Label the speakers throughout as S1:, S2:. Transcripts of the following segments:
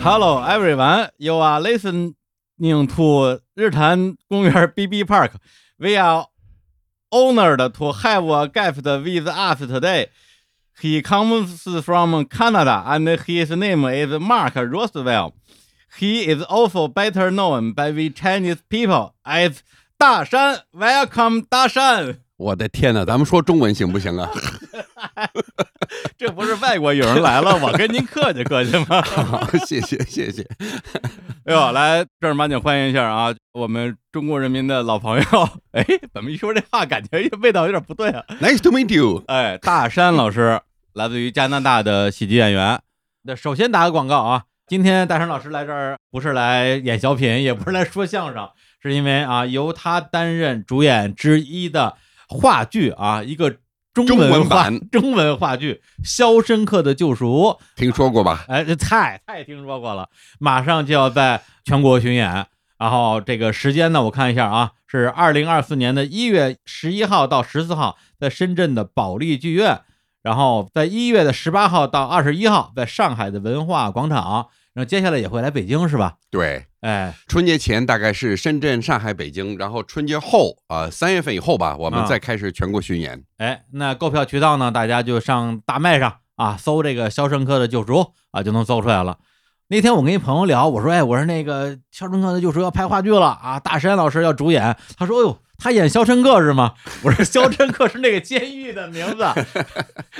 S1: Hello everyone, you are listening to 日坛公 园 BB Park. We are honored to have a guest with us today. He comes from Canada and his name is Mark Roswell. He is also better known by we Chinese people as 大山。Welcome 大山，
S2: 我的天哪，咱们说中文行不行啊？
S1: 这不是外国友人来了，我跟您客气客气吗？
S2: 好，谢谢谢谢。
S1: 哎呦，来正儿八经欢迎一下啊，我们中国人民的老朋友。 哎，怎么一说这话，感觉味道有点不对啊？
S2: Nice to meet you。
S1: 哎，大山老师来自于加拿大的喜剧演员。那首先打个广告啊，今天大山老师来这儿不是来演小品，也不是来说相声，是因为啊，由他担任主演之一的话剧啊，一个中
S2: 中文
S1: 文话
S2: 版
S1: 中文话剧《肖申克的救赎》。
S2: 听说过吧？
S1: 哎，这太太听说过了，马上就要在全国巡演。然后这个时间呢，我看一下啊，是二零二四年的一月十一号到十四号，在深圳的保利剧院；然后在一月的十八号到二十一号，在上海的文化广场。然后接下来也会来北京，是吧？
S2: 对，
S1: 哎，
S2: 春节前大概是深圳、上海、北京，然后春节后啊，三、月份以后吧，我们
S1: 啊
S2: 再开始全国巡演。
S1: 哎，那购票渠道呢？大家就上大麦上啊，搜这个《肖申克的救赎》啊，就能搜出来了。那天我跟一朋友聊，我说：“哎，我说那个《肖申克的救赎》要拍话剧了啊，大山老师要主演。”他说：“哎呦，他演肖申克是吗？”我说：“肖申克是那个监狱的名字，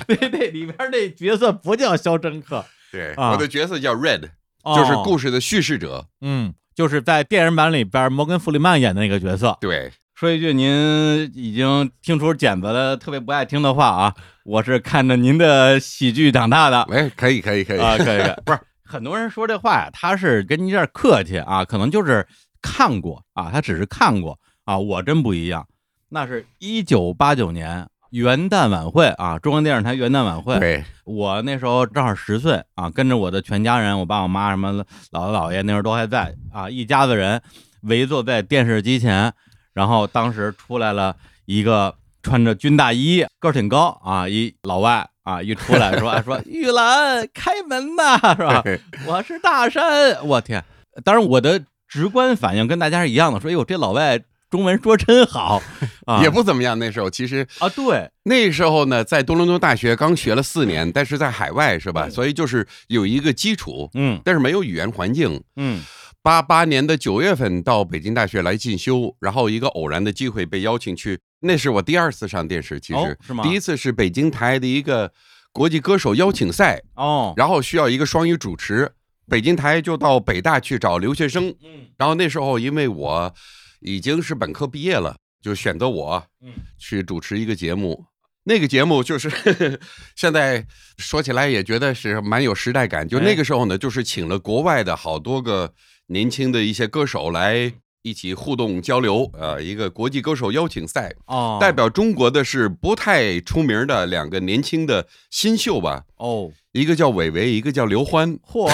S1: 那那里边那角色不叫肖申克，
S2: 对，
S1: 啊
S2: 我的角色叫 Red，、
S1: 哦
S2: 就是故事的叙事者。
S1: 嗯，就是在电影版里边摩根·弗里曼演的那个角色。
S2: 对，
S1: 说一句您已经听出茧子了，特别不爱听的话啊！我是看着您的喜剧长大的
S2: 喂，哎可以可以可以。
S1: 啊，可以，可以不是很多人说这话呀，他是跟你有点客气啊，可能就是看过啊，他只是看过啊，我真不一样，那是一九八九年元旦晚会啊，中央电视台元旦晚会，
S2: 对，
S1: 我那时候正好十岁啊，跟着我的全家人，我爸我妈什么姥姥姥爷那时候都还在啊，一家子人围坐在电视机前，然后当时出来了一个穿着军大衣、个儿挺高啊一老外啊，一出来说 说玉兰开门呐，是
S2: 啊
S1: 吧？我是大山，我天！当然我的直观反应跟大家是一样的，说哎呦这老外中文说真好啊，
S2: 也不怎么样。那时候其实
S1: 啊对，
S2: 那时候呢，在多伦多大学刚学了四年，但是在海外是吧？所以就是有一个基础，
S1: 嗯
S2: 但是没有语言环境。
S1: 嗯
S2: 八八年的九月份到北京大学来进修，然后一个偶然的机会被邀请去，那是我第二次上电视，其实、
S1: 哦是吗
S2: 第一次是北京台的一个国际歌手邀请赛，
S1: 哦
S2: 然后需要一个双语主持，北京台就到北大去找留学生，
S1: 嗯
S2: 然后那时候因为我已经是本科毕业了，就选择我
S1: 嗯
S2: 去主持一个节目。那个节目就是 现在说起来也觉得是蛮有时代感。就
S1: 哎
S2: 那个时候呢，就是请了国外的好多个年轻的一些歌手
S1: 嗯
S2: 来一起互动交流，呃，一个国际歌手邀请赛。
S1: 哦
S2: 代表中国的是不太出名的两个年轻的新秀吧，
S1: 哦。
S2: 一个叫韦唯，一个叫刘欢。
S1: 嚯，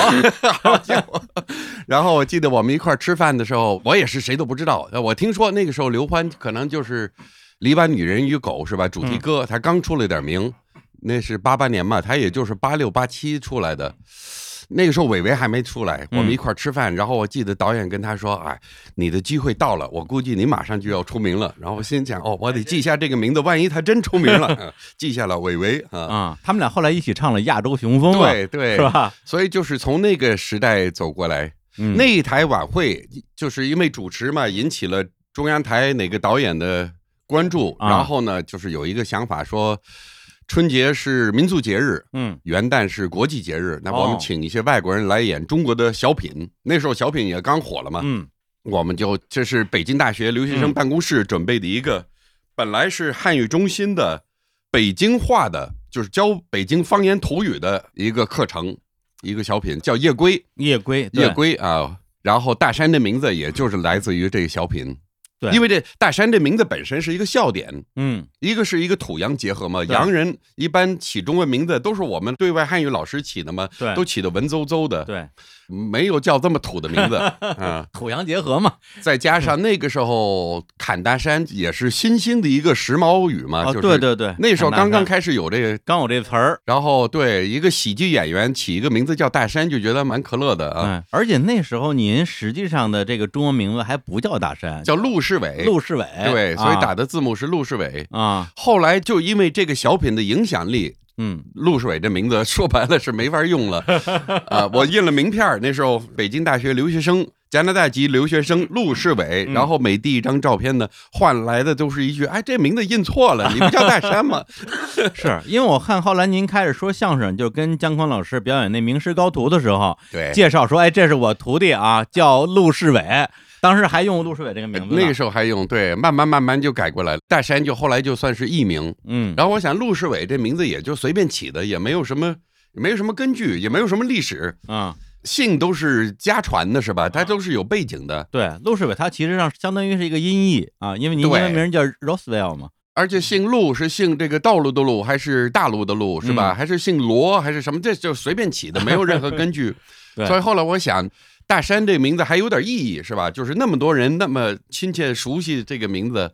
S2: 然后我记得我们一块儿吃饭的时候，我也是谁都不知道。呃我听说那个时候刘欢可能就是《篱笆女人与狗》是吧？
S1: 嗯
S2: 主题歌，他刚出了点名，那是八八年嘛，他也就是八六八七出来的。那个时候韦唯还没出来，我
S1: 嗯
S2: 们一块儿吃饭，然后我记得导演跟他说：“哎，你的机会到了，我估计你马上就要出名了。”然后我心想：“哦，我得记下这个名字，万一他真出名 了，嗯记下了韦唯啊。
S1: 啊，他们俩后来一起唱了《亚洲雄风》嘛，
S2: 对
S1: 嗯
S2: 对，
S1: 是吧？
S2: 所以就是从那个时代走过来，
S1: 嗯
S2: 那一台晚会就是因为主持嘛，引起了中央台哪个导演的关注。
S1: 啊
S2: 然后呢，就是有一个想法说，春节是民族节日，
S1: 嗯
S2: 元旦是国际节日，那
S1: 哦
S2: 我们请一些外国人来演中国的小品。那时候小品也刚火了嘛，
S1: 嗯
S2: 我们就这是北京大学留学生办公室准备的一个，本来是汉语中心的北京话的，就是教北京方言口语的一个课程，一个小品叫《夜归》。
S1: 夜归，对
S2: 夜归啊，然后大山的名字也就是来自于这个小品，
S1: 对
S2: 因为这大山这名字本身是一个笑点，
S1: 嗯
S2: 一个是一个土洋结合嘛，
S1: 对
S2: 洋人一般起中文名字都是我们对外汉语老师起的嘛，
S1: 对
S2: 都起的文绉绉的，
S1: 对，
S2: 没有叫这么土的名 字啊。
S1: 土洋结合嘛，
S2: 再加上那个时候砍大山也是新兴的一个时髦语嘛，
S1: 啊，
S2: 就是
S1: 对对对，
S2: 那时候
S1: 看
S2: 刚刚
S1: 看
S2: 开始有这个，
S1: 刚有这词儿，
S2: 然后对一个喜剧演员起一个名字叫大山，就觉得蛮可乐的啊，
S1: 嗯，而且那时候您实际上的这个中文名字还不叫大山，
S2: 叫陆世伟，
S1: 陆世伟，
S2: 对，所以
S1: 啊
S2: 打的字幕是陆世伟。
S1: 啊，
S2: 后来就因为这个小品的影响力，
S1: 嗯，
S2: 陆水这名字说白了是没法 用了啊！我印了名片儿，那时候北京大学留学生、加拿大籍留学生陆世伟，
S1: 嗯
S2: 然后每递一张照片呢，换来的都是一句：“哎，这名字印错 了，你不叫大山吗
S1: 是因为我看后来您开始说相声，就跟姜昆老师表演那《名师高徒》的时候，？”
S2: 对，
S1: 介绍说，哎，这是我徒弟啊，叫陆世伟，当时还用陆世伟这个名字呢，
S2: 那个时候还用对，慢慢慢慢就改过来了。大山就后来就算是艺名。
S1: 嗯，
S2: 然后我想，陆世伟这名字也就随便起的，也没有什么，也没有什么根据，也没有什么历史，
S1: 啊，
S2: 姓都是家传的，是吧？它都是有背景的。
S1: 对，陆世伟他其实上相当于是一个音译啊，因为您英文
S2: 对
S1: 名叫 Roswell 嘛，。
S2: 而且姓陆是姓这个道路的路，还是大陆的路，是吧？还是姓罗，还是什么？这就随便起的，没有任何根据
S1: 对
S2: 所以后来我想，大山这名字还有点意义，是吧？就是那么多人那么亲切熟悉这个名字，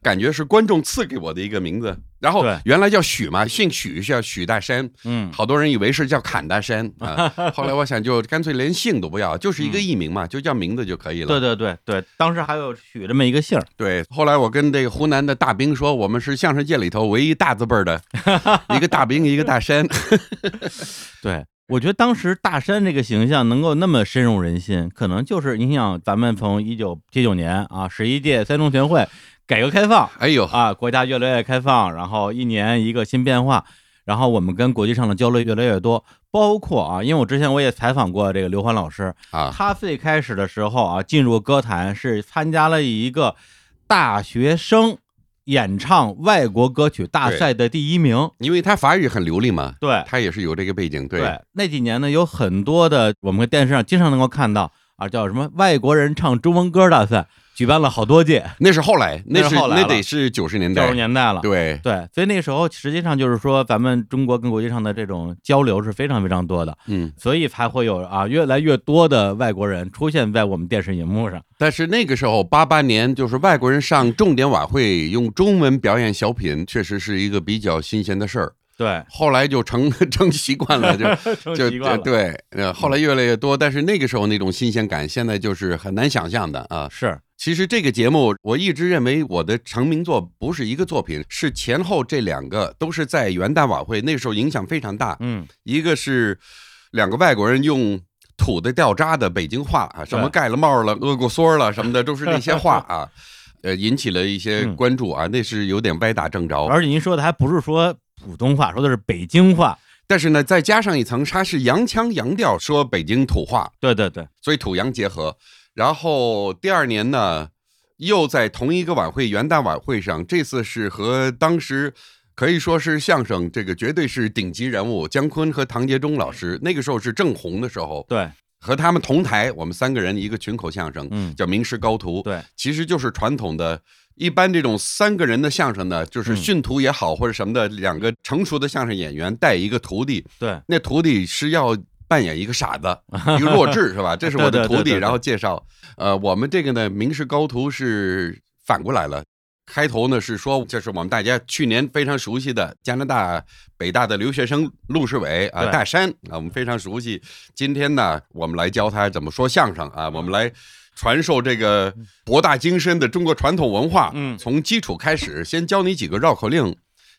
S2: 感觉是观众赐给我的一个名字。然后
S1: 对
S2: 原来叫许嘛，姓许叫许大山，
S1: 嗯，
S2: 好多人以为是叫砍大山 啊。后来我想，就干脆连姓都不要，就是一个艺名嘛，就叫名字就可以了。
S1: 嗯对对对对，当时还有许这么一个姓儿，
S2: 对，后来我跟这个湖南的大兵说，我们是相声界里头唯一大字辈 儿的，一个大兵，一个大山。
S1: 对，我觉得当时大山这个形象能够那么深入人心，可能就是你想，咱们从一九七九年啊十一届三中全会改革开放
S2: 哎呦，
S1: 啊，国家越来越开放，然后一年一个新变化，然后我们跟国际上的交流越来越多，包括啊，因为我之前我也采访过这个刘欢老师，
S2: 啊，
S1: 他最开始的时候啊，进入歌坛是参加了一个大学生演唱外国歌曲大
S2: 对
S1: 赛的第一名，
S2: 因为他法语很流利嘛，
S1: 对。
S2: 他也是有这个背景。对，
S1: 对，那几年呢，有很多的我们电视上经常能够看到啊，叫什么外国人唱中文歌大赛，举办了好多届，
S2: 那是后来，
S1: 那
S2: 那
S1: 是
S2: 是
S1: 后来了
S2: 那得是九十年
S1: 九十
S2: 代。
S1: 年代了。
S2: 对，
S1: 对，所以那个时候实际上就是说，咱们中国跟国际上的这种交流是非常非常多的，
S2: 嗯，
S1: 所以才会有啊越来越多的外国人出现在我们电视荧幕上。
S2: 但是那个时候八八年，就是外国人上重点晚会用中文表演小品，确实是一个比较新鲜的事儿。
S1: 对，
S2: 后来就成成习惯 了，就
S1: 成
S2: 就
S1: 习惯了。嗯
S2: 对，呃，后来越来越多，但是那个时候那种新鲜感，现在就是很难想象的啊。
S1: 是，
S2: 其实这个节目，我一直认为我的成名作不是一个作品，是前后这两个都是在元旦晚会那时候影响非常大。
S1: 嗯，
S2: 一个是两个外国人用土的掉渣的北京话啊，什么
S1: 对
S2: 盖了帽了、饿过缩了什么的，都是那些话 啊，呃，引起了一些
S1: 嗯
S2: 关注啊，那是有点歪打正着。
S1: 而且您说的还不是说普通话，说的是北京话。
S2: 但是呢，再加上一层，它是洋腔洋调说北京土话，
S1: 对对对，
S2: 所以土洋结合。然后第二年呢，又在同一个晚会元旦晚会上，这次是和当时可以说是相声这个绝对是顶级人物姜昆和唐杰忠老师，那个时候是正红的时候，
S1: 对，
S2: 和他们同台，我们三个人一个群口相声，
S1: 嗯，
S2: 叫《名师高徒》，
S1: 对，
S2: 其实就是传统的。一般这种三个人的相声呢，就是
S1: 嗯
S2: 训徒也好或者什么的，两个成熟的相声演员带一个徒弟，
S1: 对，
S2: 那徒弟是要扮演一个傻子，一个弱智是吧？这是我
S1: 对对对
S2: 的徒弟，
S1: 对对
S2: 然后介绍。呃，我们这个呢，名士高徒是反过来了。开头呢是说，这是我们大家去年非常熟悉的加拿大北大的留学生陆世伟啊，
S1: 对
S2: 大山啊，我们非常熟悉。今天呢，我们来教他怎么说相声啊，我们来传授这个博大精深的中国传统文化。
S1: 嗯
S2: 从基础开始，先教你几个绕口令。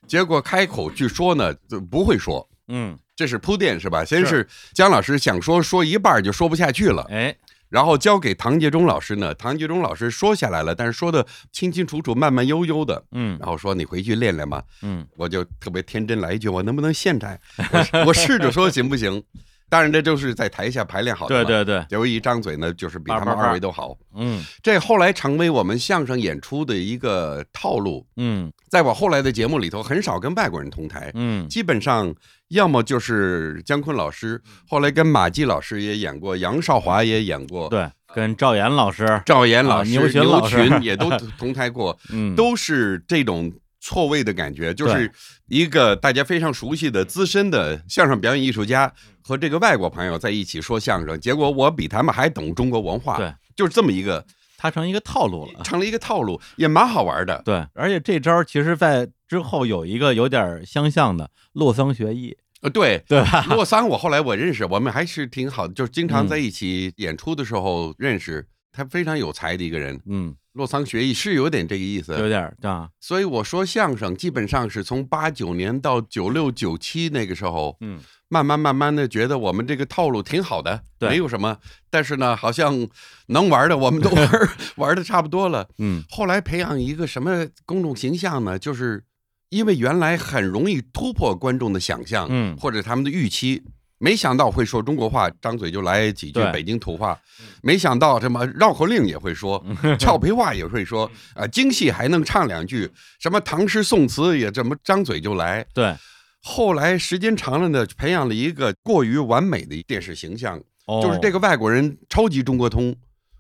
S2: 结果开口去说呢，就不会说，
S1: 嗯，
S2: 这是铺垫是吧？先
S1: 是
S2: 是姜老师想说说一半儿就说不下去了，
S1: 哎，
S2: 然后交给唐杰忠老师呢。唐杰忠老师说下来了，但是说的清清楚楚、慢慢悠悠的。
S1: 嗯
S2: 然后说你回去练练吧，
S1: 嗯，
S2: 我就特别天真来一句，我能不能现摘？ 我我试着说行不行？当然这就是在台下排练好的
S1: 对
S2: 嘛。
S1: 对对，
S2: 结果一张嘴呢，就是比他们
S1: 叭叭叭
S2: 二位都好。
S1: 嗯
S2: 这后来成为我们相声演出的一个套路。
S1: 嗯
S2: 在我后来的节目里头，很少跟外国人同台。
S1: 嗯，
S2: 基本上要么就是姜昆老师，
S1: 嗯
S2: 后来跟马季老师也演过，杨少华也演过，
S1: 对，跟赵岩老师，
S2: 赵岩老 师、
S1: 啊牛群
S2: 牛
S1: 老师
S2: 群也都同台过，
S1: 嗯，
S2: 都是这种错位的感觉，就是一个大家非常熟悉的资深的相声表演艺术家
S1: 嗯
S2: 和这个外国朋友在一起说相声，结果我比他们还懂中国文化，
S1: 对，啊
S2: 就是这么一个
S1: 它成一个套路了。
S2: 成了一个套路，也蛮好玩的。
S1: 对，而且这招儿其实，在之后有一个有点儿相像的洛桑学艺，
S2: 呃，对，
S1: 对吧？嗯
S2: 洛桑我后来我认识，我们还是挺好的，就是经常在一起演出的时候认识，他非常有才的一个人。
S1: 嗯，
S2: 洛桑学艺是有点这个意思，
S1: 有点儿啊，
S2: 所以我说相声基本上是从八九年到九六九七那个时候，
S1: 嗯，
S2: 慢慢慢慢的觉得我们这个套路挺好的，
S1: 对
S2: 没有什么，但是呢，好像能玩的我们都 玩儿玩的差不多了。
S1: 嗯，
S2: 后来培养一个什么公众形象呢？就是因为原来很容易突破观众的想象，
S1: 嗯
S2: 或者他们的预期。没想到会说中国话，张嘴就来几句
S1: 对嗯
S2: 北京土话。没想到什么绕口令也会说，俏皮话也会说，
S1: 嗯
S2: 啊，京戏还能唱两句，什么唐诗宋词也怎么张嘴就来。
S1: 对，
S2: 后来时间长了呢，培养了一个过于完美的电视形象，
S1: 哦
S2: 就是这个外国人超级中国通，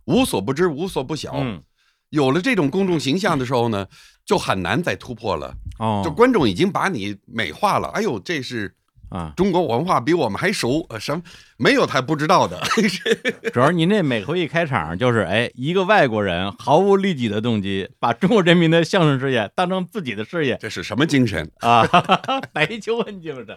S2: 无所不知，无所不晓。
S1: 嗯，
S2: 有了这种公众形象的时候呢，就很难再突破了。
S1: 哦，
S2: 就观众已经把你美化了，哎呦，这是
S1: 啊，
S2: 中国文化比我们还熟，呃什么没有他不知道的。
S1: 主要是您这每回一开场就是，哎，一个外国人毫无利己的动机，把中国人民的相声事业当成自己的事业
S2: 这是什么精神？
S1: 啊， 白求恩精神。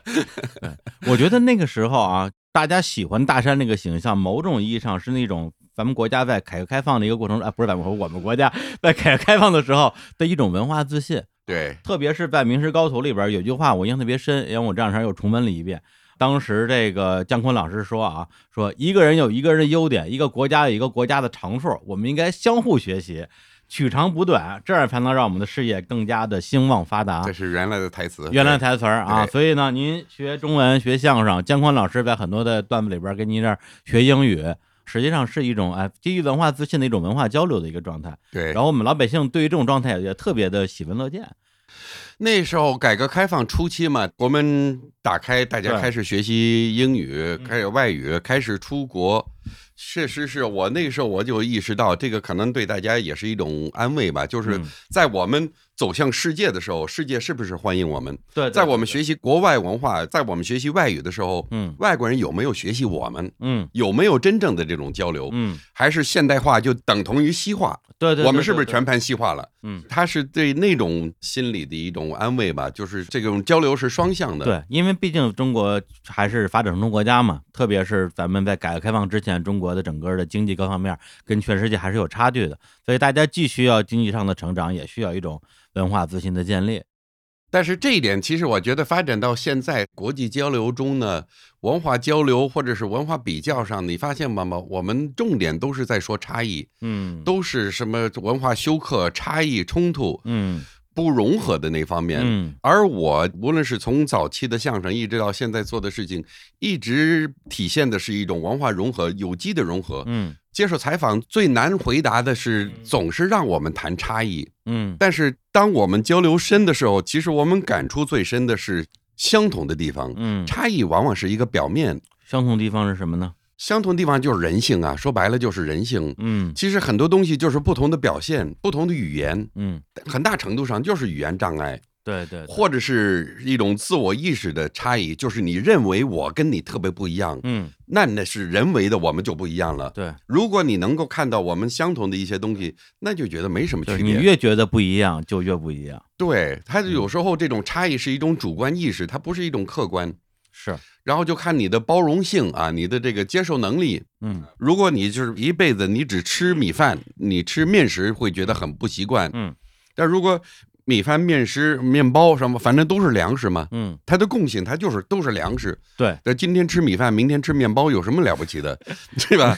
S1: 对我觉得那个时候啊，大家喜欢大山那个形象，某种意义上是那种咱们国家在改革开放的一个过程啊，不是咱们国我们国家在改革开放的时候的一种文化自信。
S2: 对，
S1: 特别是在《名师高徒》里边有句话我印象特别深，因为我这两天又重温了一遍。当时这个姜昆老师说啊，说一个人有一个人的优点，一个国家有一个国家的长处，我们应该相互学习，取长补短，这样才能让我们的事业更加的兴旺发达
S2: 这。是原来的台词。
S1: 原来台词儿啊，
S2: 对
S1: 所以呢，您学中文、学相声，姜昆老师在很多的段子里边跟您这儿学英语，实际上是一种哎，基于文化自信的一种文化交流的一个状态。
S2: 对，
S1: 然后我们老百姓对于这种状态也特别的喜闻乐见。
S2: 那时候改革开放初期嘛，国门打开，大家
S1: 对嗯
S2: 开始学习英语，开始外语，开始出国。确实是我那个时候我就意识到，这个可能对大家也是一种安慰吧，就是
S1: 嗯
S2: 在我们走向世界的时候，世界是不是欢迎我们？
S1: 对，对
S2: 在我们学习国外文化，在我们学习外语的时候，
S1: 嗯
S2: 外国人有没有学习我们？
S1: 嗯
S2: 有没有真正的这种交流？
S1: 嗯，
S2: 还是现代化就等同于西化？
S1: 对对，
S2: 我们是
S1: 对
S2: 不是
S1: 对
S2: 全盘西化了？
S1: 嗯，
S2: 他是对那种心理的一种安慰吧，就是这种交流是双向的。，
S1: 对？因为毕竟中国还是发展中国家嘛，特别是咱们在改革开放之前，中国的整个的经济各方面跟全世界还是有差距的，所以大家既需要经济上的成长，也需要一种文化自信的建立。
S2: 但是这一点其实我觉得发展到现在国际交流中呢，文化交流或者是文化比较上，你发现吗？吗？我们重点都是在说差异，
S1: 嗯，
S2: 都是什么文化休克、差异冲突、
S1: 嗯
S2: 不融合的那方面。
S1: 嗯
S2: 而我无论是从早期的相声，一直到现在做的事情，一直体现的是一种文化融合、有机的融合。
S1: 嗯
S2: 接受采访最难回答的是，总是让我们谈差异。
S1: 嗯，
S2: 但是当我们交流深的时候，其实我们感触最深的是相同的地方。
S1: 嗯，
S2: 差异往往是一个表面，
S1: 相同地方是什么呢？
S2: 相同地方就是人性啊，说白了就是人性。
S1: 嗯
S2: 其实很多东西就是不同的表现，不同的语言，
S1: 嗯，
S2: 很大程度上就是语言障碍，
S1: 对对，对
S2: 或者是一种自我意识的差异，就是你认为我跟你特别不一样，
S1: 嗯
S2: 那那是人为的，我们就不一样了。
S1: 对，
S2: 如果你能够看到我们相同的一些东西，那就觉得没什么
S1: 就
S2: 区
S1: 是你
S2: 别。
S1: 越嗯觉得不一样，就越不一样。
S2: 对，它有时候这种差异是一种主观意识，它不是一种客观。
S1: 是，
S2: 然后就看你的包容性啊，你的这个接受能力。
S1: 嗯
S2: 如果你就是一辈子你只吃米饭，你吃面食会觉得很不习惯。
S1: 嗯
S2: 但如果米饭、面食、面包什么，反正都是粮食嘛，
S1: 嗯，
S2: 它的共性它就是都是粮食。
S1: 对。
S2: 那今天吃米饭，明天吃面包，有什么了不起的， 对吧？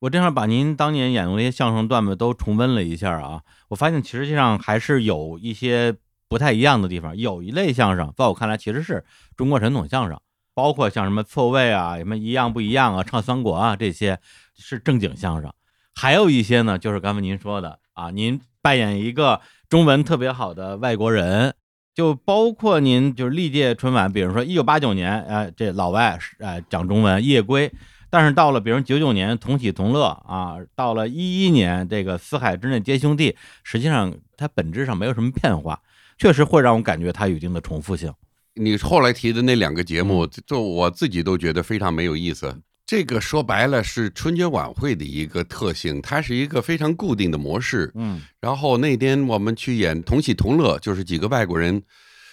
S1: 我正好把您当年演的那些相声段子都重温了一下啊，我发现其实际上还是有一些不太一样的地方。有一类相声，在我看来其实是中国传统相声，包括像什么错位啊、什么一样不一样啊、唱三国啊这些是正经相声。还有一些呢，就是刚才您说的啊，您扮演一个中文特别好的外国人，就包括您就是历届春晚，比如说一九八九年，哎、这老外哎、讲中文夜归，但是到了比如九九年同喜同乐啊，到了一一年这个四海之内皆兄弟，实际上它本质上没有什么变化，确实会让我感觉它有一定的重复性。
S2: 你后来提的那两个节目，就我自己都觉得非常没有意思。这个说白了是春节晚会的一个特性，它是一个非常固定的模式。
S1: 嗯
S2: 然后那天我们去演《同喜同乐》，就是几个外国人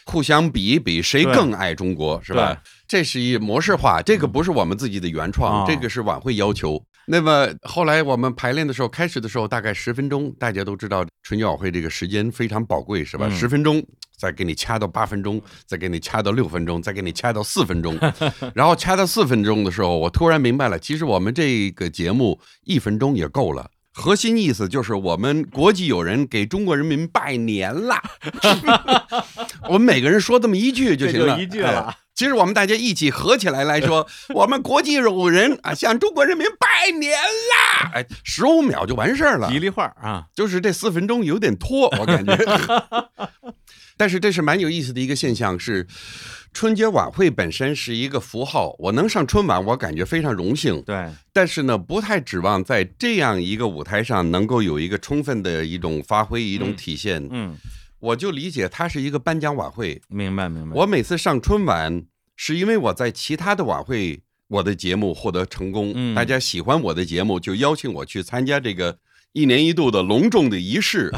S2: 互相比一比谁
S1: 对嗯
S2: 更爱中国，是吧？这是一模式化，这个不是我们自己的原创，
S1: 哦
S2: 这个是晚会要求。那么后来我们排练的时候，开始的时候大概十分钟，大家都知道春节晚会这个时间非常宝贵，是吧？
S1: 嗯
S2: 十分钟，再给你掐到八分钟，再给你掐到六分钟，再给你掐到四分钟，然后掐到四分钟的时候，我突然明白了，其实我们这个节目一分钟也够了。核心意思就是我们国际友人给中国人民拜年啦， 我们每个人说这么一句就行
S1: 这
S2: 了，
S1: 就一句了
S2: 哎其实我们大家一起合起来来说，我们国际友人啊向中国人民拜年啦！哎，十五秒就完事儿了，
S1: 吉利话啊，
S2: 就是这四分钟有点拖，我感觉。但是这是蛮有意思的一个现象，是春节晚会本身是一个符号。我能上春晚，我感觉非常荣幸。
S1: 对，
S2: 但是呢，不太指望在这样一个舞台上能够有一个充分的一种发挥、一种体现。
S1: 嗯，
S2: 我就理解它是一个颁奖晚会。
S1: 明白明白。
S2: 我每次上春晚，是因为我在其他的晚会，我的节目获得成功，
S1: 嗯
S2: 大家喜欢我的节目，就邀请我去参加这个一年一度的隆重的仪式。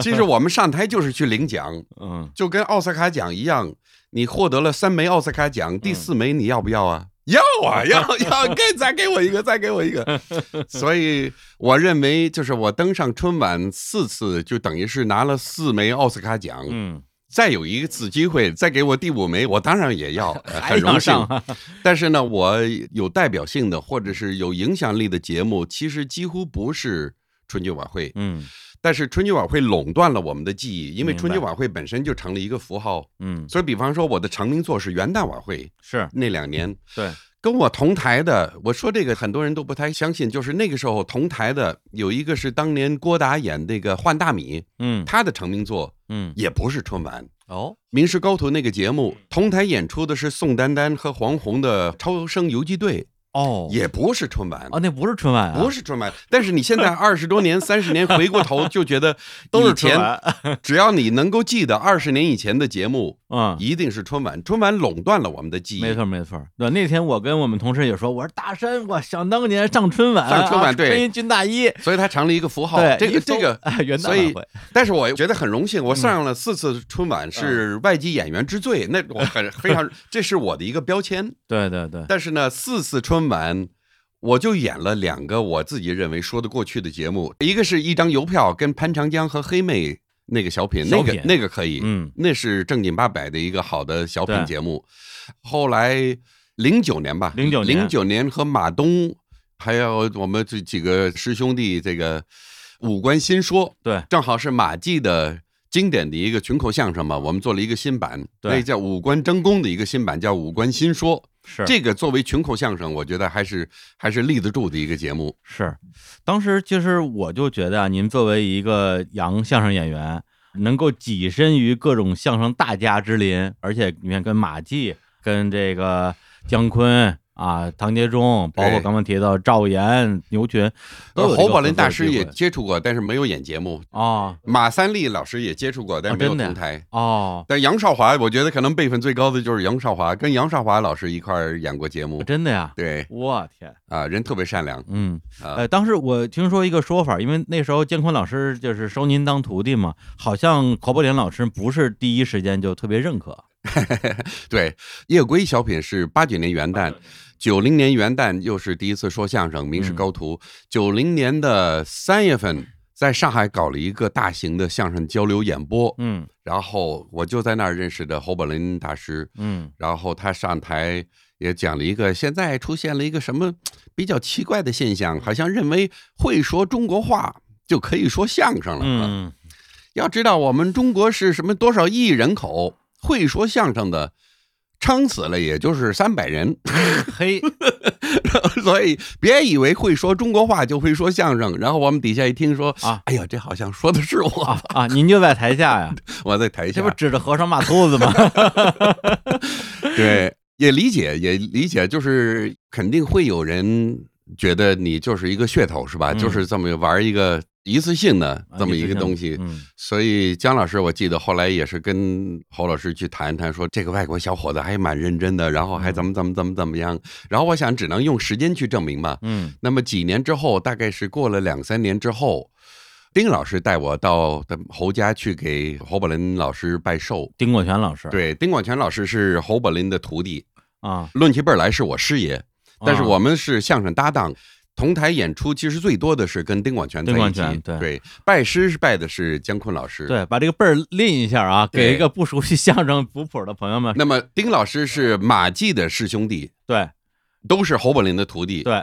S2: 其实我们上台就是去领奖，
S1: 嗯
S2: 就跟奥斯卡奖一样，你获得了三枚奥斯卡奖，第四枚你要不要啊？要啊，要要，给再给我一个，再给我一个。所以我认为，就是我登上春晚四次，就等于是拿了四枚奥斯卡奖。
S1: 嗯，
S2: 再有一次机会，再给我第五枚，我当然 也要，呃
S1: 还
S2: 很
S1: 要
S2: 荣幸
S1: 上。啊，
S2: 但是呢，我有代表性的或者是有影响力的节目，其实几乎不是春节晚会。
S1: 嗯
S2: 但是春节晚会垄断了我们的记忆，因为
S1: 明白
S2: 春节晚会本身就成了一个符号。
S1: 嗯，
S2: 所以，比方说我的成名作是元旦晚会
S1: 是
S2: 那两年，
S1: 对，
S2: 跟我同台的，我说这个很多人都不太相信，就是那个时候同台的有一个是当年郭达演那个《换大米》，
S1: 嗯
S2: 他的成名作
S1: 嗯，
S2: 也不是春晚。
S1: 哦，
S2: 《名师高徒》那个节目，同台演出的是宋丹丹和黄宏的《超生游击队
S1: 哦》，，
S2: 也不是春晚，
S1: 哦，那不是春晚啊，
S2: 不是春晚。但是你现在二十多年、三十年回过头，就觉得
S1: 都
S2: 以
S1: 是春
S2: 前，
S1: 晚，
S2: 只要你能够记得二十年以前的节目，
S1: 嗯，
S2: 一定是春晚。春晚垄断了我们的记忆。
S1: 没错，没错。对，那天我跟我们同事也说，我说大山，我想当年上春晚，
S2: 上春晚
S1: 啊
S2: 对
S1: 穿一军大衣，
S2: 所以它成了一个符号。
S1: 对，
S2: 这
S1: 一嗯
S2: 个
S1: 搜
S2: 这个，
S1: 哎元旦
S2: 所以
S1: 晚会，
S2: 但是我觉得很荣幸，我上了四次春晚，是
S1: 嗯
S2: 外籍演员之最。那我很非常，这是我的一个标签。
S1: 对对对，
S2: 但是呢，四次春晚我就演了两个我自己认为说得过去的节目，一个是一张邮票跟潘长江和黑妹那个小品，
S1: 小
S2: 那
S1: 品
S2: 个那个可以，
S1: 嗯
S2: 那是正经八百的一个好的小品
S1: 对
S2: 节目。后来零九年吧，
S1: 09年
S2: 零九年和马东还有我们这几个师兄弟这个五官新说，
S1: 对，
S2: 正好是马季的经典的一个群口相声嘛，我们做了一个新版，
S1: 对
S2: 那叫《五官争功》的一个新版，叫《五官新说》。
S1: 是
S2: 这个作为群口相声，我觉得还是还是立得住的一个节目。
S1: 是。当时其实我就觉得啊，您作为一个洋相声演员，能够跻身于各种相声大家之林，而且你看跟马季、跟这个姜昆。啊，唐杰忠，包括
S2: 对
S1: 刚刚提到赵岩、牛群，都
S2: 呃
S1: 有这
S2: 侯
S1: 个
S2: 宝
S1: 合
S2: 林
S1: 作
S2: 大
S1: 的
S2: 师
S1: 机
S2: 也
S1: 会
S2: 接触过，但是没有演节目。
S1: 哦
S2: 马三立老师也接触过，但是
S1: 哦
S2: 没有
S1: 真的呀
S2: 同台。
S1: 哦，
S2: 但杨少华，我觉得可能辈分最高的就是杨少华，跟杨少华老师一块儿演过节目。
S1: 啊真的呀！
S2: 对
S1: 我天，
S2: 啊，人特别善良
S1: 嗯，
S2: 啊
S1: 呃，，当时我听说一个说法，因为那时候姜昆老师就是收您当徒弟嘛，好像侯宝林老师不是第一时间就特别认可。
S2: 对。夜归小品是八九年元
S1: 啊
S2: 旦，九零年元旦又是第一次说相声，名师
S1: 嗯
S2: 高徒。九零年的三月份，在上海搞了一个大型的相声交流演播，
S1: 嗯
S2: 然后我就在那儿认识的侯宝林大师，
S1: 嗯
S2: 然后他上台也讲了一个现在出现了一个什么比较奇怪的现象，好像认为会说中国话就可以说相声了。
S1: 嗯，
S2: 要知道我们中国是什么多少亿人口，会说相声的撑死了也就是三百人，
S1: 嗯嘿，
S2: 所以别以为会说中国话就会说相声。然后我们底下一听说
S1: 啊
S2: 哎呀，这好像说的是我，
S1: 啊啊，您就在台下呀，
S2: 我在台
S1: 这
S2: 下
S1: 不指着和尚骂秃子吗？
S2: 对，也理解，也理解，就是肯定会有人觉得你就是一个噱头是吧？
S1: 嗯
S2: 就是这么玩一个一次性的 这啊么一个东西。
S1: 嗯
S2: 所以姜老师，我记得后来也是跟侯老师去谈一谈，说这个外国小伙子还蛮认真的，然后还怎么怎么怎么怎么样。然后我想只能用时间去证明吧。
S1: 嗯
S2: 那么几年之后，大概是过了两三年之后，丁老师带我到他们侯家去给侯宝林老师拜寿。
S1: 丁国泉老师
S2: 对，丁广泉老师是侯宝林的徒弟，
S1: 啊，
S2: 论起辈儿来是我师爷，但是
S1: 啊
S2: 我们是相声搭档。同台演出其实最多的是跟丁广泉在
S1: 丁
S2: 一
S1: 广
S2: 起
S1: 泉，对
S2: 拜师是拜的是姜昆老师，
S1: 对把这个辈儿拎一下啊，
S2: 对
S1: 给一个不熟悉相声族谱的朋友们。
S2: 那么丁老师是马季的师兄弟，
S1: 对
S2: 都是侯宝林的徒弟。
S1: 对，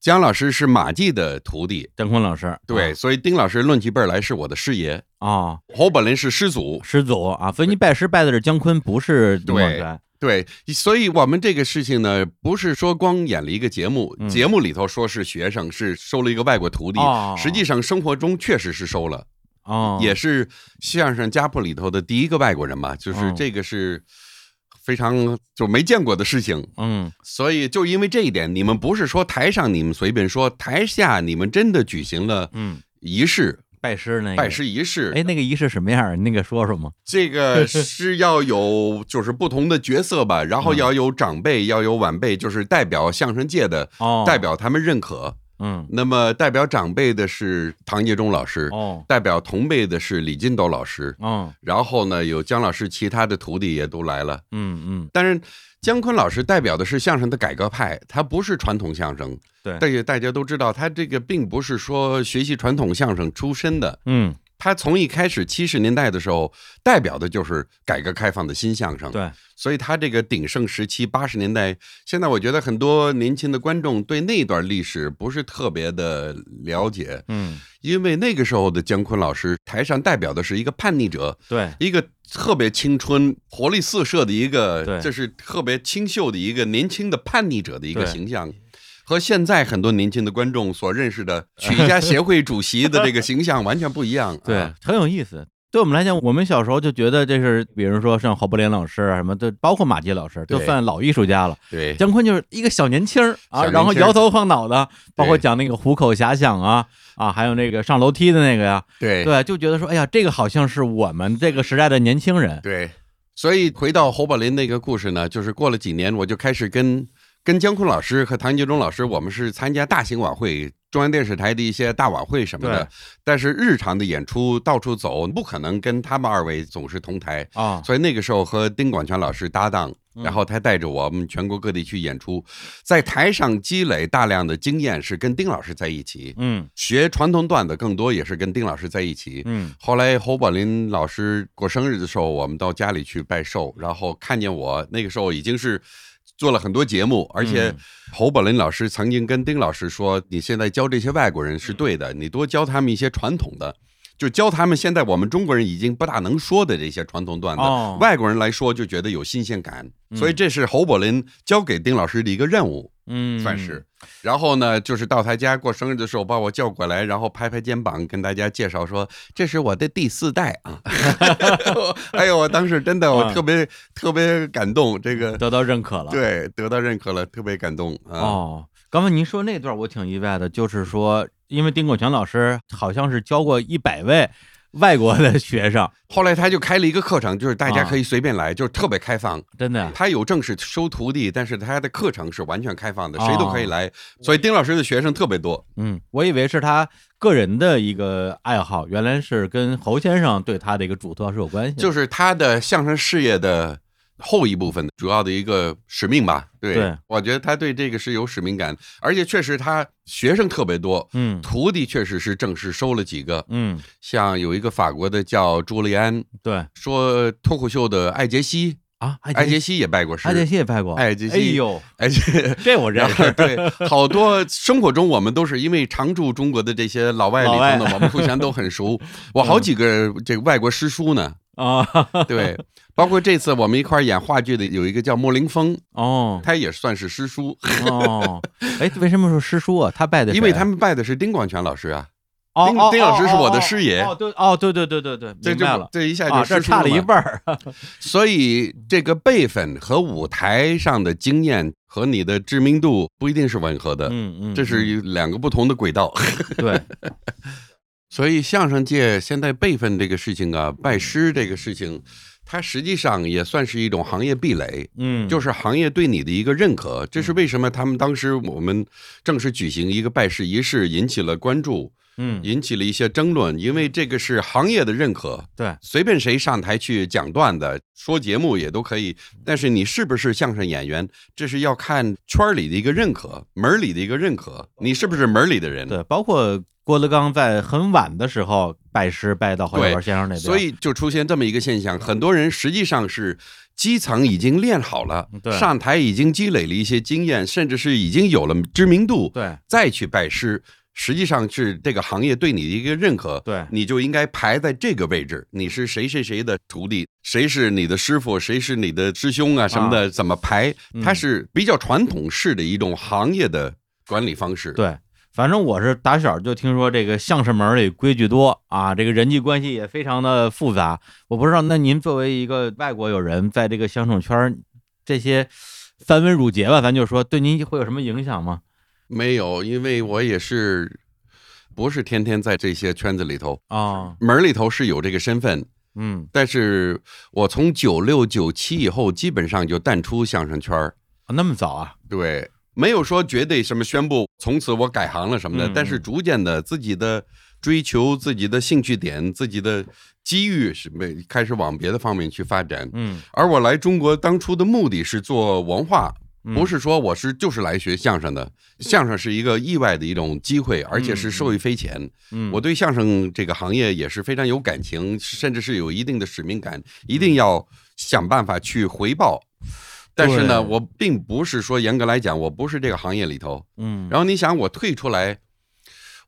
S2: 姜老师是马季的徒弟，
S1: 姜昆老师
S2: 对，所以丁老师论起辈儿来是我的师爷，
S1: 啊，
S2: 侯宝林是师祖。
S1: 师祖啊，所以你拜师拜的是姜昆，不是丁广
S2: 对
S1: 泉。
S2: 对，所以我们这个事情呢，不是说光演了一个节目，
S1: 嗯
S2: 节目里头说是学生，是收了一个外国徒弟，
S1: 哦
S2: 实际上生活中确实是收了，
S1: 哦，
S2: 也是相声家谱里头的第一个外国人嘛，就是
S1: 哦
S2: 这个是非常就没见过的事情。
S1: 嗯
S2: 所以就因为这一点，你们不是说台上你们随便说，台下你们真的举行了
S1: 嗯，
S2: 仪式，
S1: 拜师那个
S2: 拜。师仪式。
S1: 哎，那个仪式什么样儿？你那个说说嘛。
S2: 这个是要有就是不同的角色吧，然后要有长辈，要有晚辈，就是代表相声界的，
S1: 哦，
S2: 代表他们认可。
S1: 嗯
S2: 那么代表长辈的是唐杰忠老师，
S1: 哦
S2: 代表同辈的是李金斗老师，
S1: 哦
S2: 然后呢有姜老师其他的徒弟也都来了。
S1: 嗯嗯，
S2: 但是姜昆老师代表的是相声的改革派，他不是传统相声。
S1: 对
S2: 但是大家都知道，他这个并不是说学习传统相声出身的。
S1: 嗯
S2: 他从一开始七十年代的时候，代表的就是改革开放的新相声。，
S1: 对，
S2: 所以他这个鼎盛时期八十年代，现在我觉得很多年轻的观众对那段历史不是特别的了解，
S1: 嗯
S2: 因为那个时候的姜昆老师台上代表的是一个叛逆者，
S1: 对
S2: 一个特别青春、活力四射的一个，
S1: 对
S2: 就是特别清秀的一个年轻的叛逆者的一个
S1: 对
S2: 形象，和现在很多年轻的观众所认识的曲艺家协会主席的这个形象完全不一样。
S1: 对
S2: 啊，
S1: 很有意思。对我们来讲，我们小时候就觉得这是，比如说像侯伯林老师啊什么的，包括马季老师，
S2: 对
S1: 就算老艺术家了。
S2: 对
S1: 姜昆就是一个小年轻儿
S2: 小
S1: 啊，
S2: 年轻儿
S1: 然后摇头晃脑的，包括
S2: 对
S1: 讲那个虎口遐想啊啊，还有那个上楼梯的那个呀，
S2: 对
S1: 对，就觉得说，哎呀，这个好像是我们这个时代的年轻人。
S2: 对，所以回到侯宝林那个故事呢，就是过了几年，我就开始跟跟姜昆老师和唐杰忠老师，我们是参加大型晚会。中央电视台的一些大晚会什么的
S1: 对，
S2: 但是日常的演出到处走，不可能跟他们二位总是同台，
S1: 啊，
S2: 所以那个时候和丁广泉老师搭档，然后他带着我们全国各地去演出，在台上积累大量的经验，是跟丁老师在一起
S1: 嗯
S2: 学传统段子，更多也是跟丁老师在一起。
S1: 嗯
S2: 后来侯宝林老师过生日的时候，我们到家里去拜寿，然后看见我那个时候已经是做了很多节目，而且
S1: 嗯
S2: 侯宝林老师曾经跟丁老师说：“你现在教这些外国人是对
S1: 嗯
S2: 的，你多教他们一些传统的。”就教他们现在我们中国人已经不大能说的这些传统段子，
S1: 哦
S2: 外国人来说就觉得有新鲜感，
S1: 嗯
S2: 所以这是侯宝林交给丁老师的一个任务。
S1: 嗯，
S2: 算是。然后呢，就是到他家过生日的时候，把我叫过来，然后拍拍肩膀，跟大家介绍说：“这是我的第四代啊！” 哎呦，我当时真的我
S1: 嗯
S2: 特别特别感动，这个
S1: 得到认可了。
S2: 对得到认可了，特别感动啊！
S1: 哦，刚才您说那段我挺意外的，就是说，因为丁广泉老师好像是教过一百位外国的学生，
S2: 后来他就开了一个课程，就是大家
S1: 啊
S2: 可以随便来，就是特别开放。
S1: 真的
S2: 他有正式收徒弟，但是他的课程是完全开放的，
S1: 哦
S2: 谁都可以来。所以丁老师的学生特别多。
S1: 嗯，我以为是他个人的一个爱好，原来是跟侯先生对他的一个嘱托是有关系的。
S2: 就是他的相声事业的后一部分主要的一个使命吧。对，
S1: 对
S2: 我觉得他对这个是有使命感，而且确实他学生特别多，
S1: 嗯
S2: 徒弟确实是正式收了几个，
S1: 嗯，
S2: 像有一个法国的叫朱利安，
S1: 对
S2: 说脱口秀的艾杰西，
S1: 啊，艾
S2: 艾杰
S1: 杰西
S2: 西也拜过师
S1: 艾，杰西也拍过，
S2: 艾杰西
S1: 哎呦，
S2: 而且。
S1: 这我认
S2: 然后
S1: 识。
S2: 对，好多生活中我们都是因为常驻中国的这些老外里头
S1: 老嗯
S2: 呢，我们互相都 很熟。我好几个这个外国师叔呢，
S1: 啊，
S2: 对，包括这次我们一块儿演话剧的有一个叫莫凌峰，
S1: 哦
S2: 他也算是师叔，
S1: 哦，哎，为什么说师叔啊？他拜的谁啊，
S2: 因为他们拜的是丁广泉老师啊，
S1: 哦
S2: 丁
S1: 哦
S2: 丁老师是
S1: 哦
S2: 我的
S1: 哦
S2: 师爷
S1: 哦，对，哦，对对对对对，
S2: 这
S1: 明
S2: 就
S1: 白了。
S2: 这一下
S1: 啊，
S2: 就
S1: 这
S2: 师叔
S1: 差了
S2: 嘛
S1: 一半儿。
S2: 所以这个辈分和舞台上的经验和你的知名度不一定是吻合的，
S1: 嗯嗯，
S2: 这是
S1: 嗯
S2: 一两个不同的轨道。
S1: 对，
S2: 所以相声界现在辈分这个事情啊，拜师这个事情，它实际上也算是一种行业壁垒，
S1: 嗯，
S2: 就是是行业对你的一个认可。这是为什么他们当时我们正式举行一个拜师仪式，引起了关注，
S1: 嗯，
S2: 引起了一些争论，因为这个是行业的认可。
S1: 对，
S2: 随便谁上台去讲段子、说节目也都可以，
S1: 嗯
S2: 但是你是不是相声演员，这是要看圈儿里的一个认可，门儿里的一个认可，你是不是门儿里的人？
S1: 对，包括郭德纲在很晚的时候拜师拜到侯
S2: 对
S1: 小文先生那边，
S2: 所以就出现这么一个现象，
S1: 嗯
S2: 很多人实际上是基层已经练好了
S1: 嗯对，
S2: 上台已经积累了一些经验，甚至是已经有了知名度，
S1: 对
S2: 再去拜师，实际上是这个行业对你的一个认可。
S1: 对
S2: 你就应该排在这个位置，你是谁谁谁的徒弟，谁是你的师傅，谁是你的师兄啊什么的，怎么排？
S1: 嗯
S2: 它是比较传统式的一种行业的管理方式。
S1: 对，反正我是打小就听说这个相声门儿里规矩多啊，这个人际关系也非常的复杂。我不知道，那您作为一个外国友人，在这个相声圈儿这些繁文缛节吧，咱就说对您会有什么影响吗？
S2: 没有，因为我也是不是天天在这些圈子里头，
S1: 啊、
S2: 门儿里头是有这个身份，
S1: 嗯
S2: 但是我从九六九七以后，基本上就淡出相声圈儿，
S1: 啊那么早啊？
S2: 对，没有说绝对什么宣布从此我改行了什么的，
S1: 嗯
S2: 但是逐渐的自己的追求、自己的兴趣点、自己的机遇是没开始往别的方面去发展。
S1: 嗯，
S2: 而我来中国当初的目的是做文化，
S1: 嗯
S2: 不是说我是就是来学相声的，相声是一个意外的一种机会，而且是受益匪浅。
S1: 嗯，
S2: 我对相声这个行业也是非常有感情，甚至是有一定的使命感，
S1: 嗯
S2: 一定要想办法去回报。但是呢，
S1: 对
S2: 我并不是说严格来讲，我不是这个行业里头。
S1: 嗯，
S2: 然后你想，我退出来，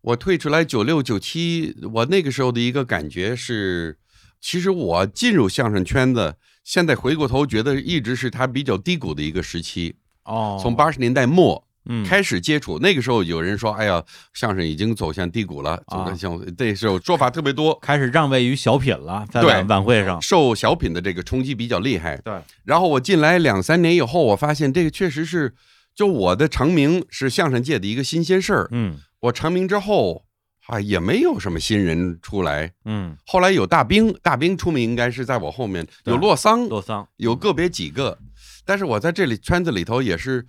S2: 我退出来九六九七，我那个时候的一个感觉是，其实我进入相声圈子，现在回过头觉得一直是它比较低谷的一个时期，
S1: 哦，
S2: 从八十年代末
S1: 嗯
S2: 开始接触，那个时候有人说：“哎呀，相声已经走向低谷了。”
S1: 啊
S2: 走向那时候说法特别多，
S1: 开始让位于小品了，在
S2: 对
S1: 晚晚会上，
S2: 受小品的这个冲击比较厉害。
S1: 对，
S2: 然后我进来两三年以后，我发现这个确实是，就我的成名是相声界的一个新鲜事儿。
S1: 嗯
S2: 我成名之后啊，也没有什么新人出来。
S1: 嗯，
S2: 后来有大兵，大兵出名应该是在我后面，
S1: 对
S2: 有洛桑，
S1: 洛桑，
S2: 有个别几个，但是我在这里圈子里头也是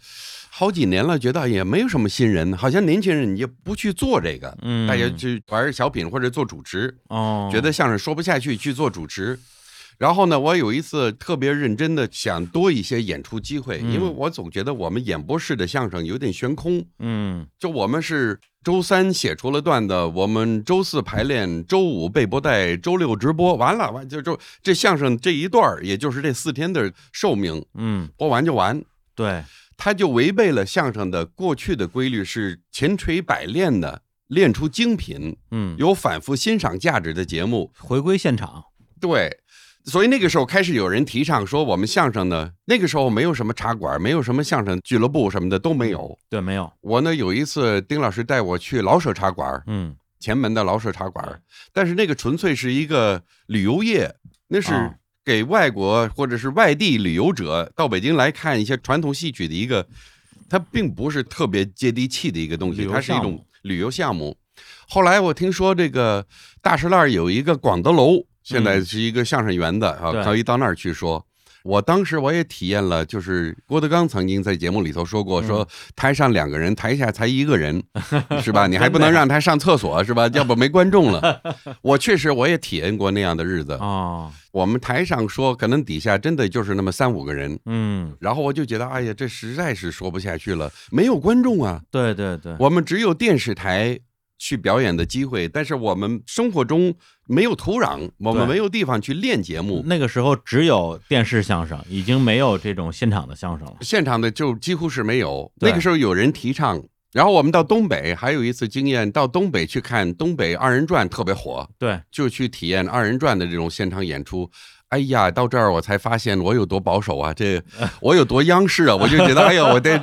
S2: 好几年了，觉得也没有什么新人，好像年轻人也不去做这个，
S1: 嗯，
S2: 大家去玩小品或者做主持，
S1: 哦，
S2: 觉得相声说不下去去做主持。然后呢，我有一次特别认真的想多一些演出机会，
S1: 嗯
S2: 因为我总觉得我们演播室的相声有点悬空，
S1: 嗯
S2: 就我们是周三写出了段子，我们周四排练，周五背播带，周六直播，完了完就就这相声这一段儿也就是这四天的寿命，
S1: 嗯，
S2: 播完就完，
S1: 对，
S2: 它就违背了相声的过去的规律，是千锤百炼的练出精品，
S1: 嗯，
S2: 有反复欣赏价值的节目。
S1: 回归现场，
S2: 对，所以那个时候开始有人提倡说，我们相声呢，那个时候没有什么茶馆，没有什么相声俱乐部什么的都没有。
S1: 对，没有，
S2: 我呢有一次，丁老师带我去老舍茶馆，
S1: 嗯
S2: 前门的老舍茶馆，但是那个纯粹是一个旅游业，那
S1: 啊
S2: 是给外国或者是外地旅游者到北京来看一些传统戏曲的一个，它并不是特别接地气的一个东
S1: 旅
S2: 西，
S1: 游
S2: 它是一
S1: 项
S2: 种
S1: 目
S2: 旅游项目。后来我听说这个大石栏有一个广德楼，现在是一个相声园子啊，
S1: 嗯对
S2: 可以到那儿去说。我当时我也体验了，就是郭德纲曾经在节目里头说过，
S1: 嗯
S2: 说台上两个人，台下才一个人，是吧？你还不能让他上厕所，是吧？要不没观众了。我确实我也体验过那样的日子。
S1: 哦，
S2: 我们台上说，可能底下真的就是那么三五个人，
S1: 嗯，
S2: 然后我就觉得，哎呀，这实在是说不下去了，没有观众啊，
S1: 对对对，
S2: 我们只有电视台。去表演的机会，但是我们生活中没有土壤，我们
S1: 对
S2: 没有地方去练节目，
S1: 那个时候只有电视相声，已经没有这种现场的相声了。
S2: 现场的就几乎是没有。
S1: 对
S2: 那个时候有人提倡，然后我们到东北还有一次经验，到东北去看东北二人转特别火，
S1: 对，
S2: 就去体验二人转的这种现场演出。哎呀，到这儿我才发现我有多保守 啊！这我有多央视啊！我就觉得，哎呀，我这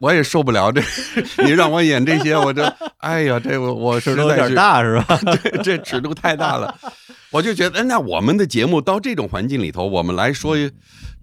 S2: 我也受不了这，你让我演这些，我这，哎呀，这我我
S1: 尺
S2: 实
S1: 度有
S2: 在
S1: 点
S2: 是
S1: 大是吧？
S2: 这这尺度太大了。我就觉得，哎那我们的节目到这种环境里头，我们来说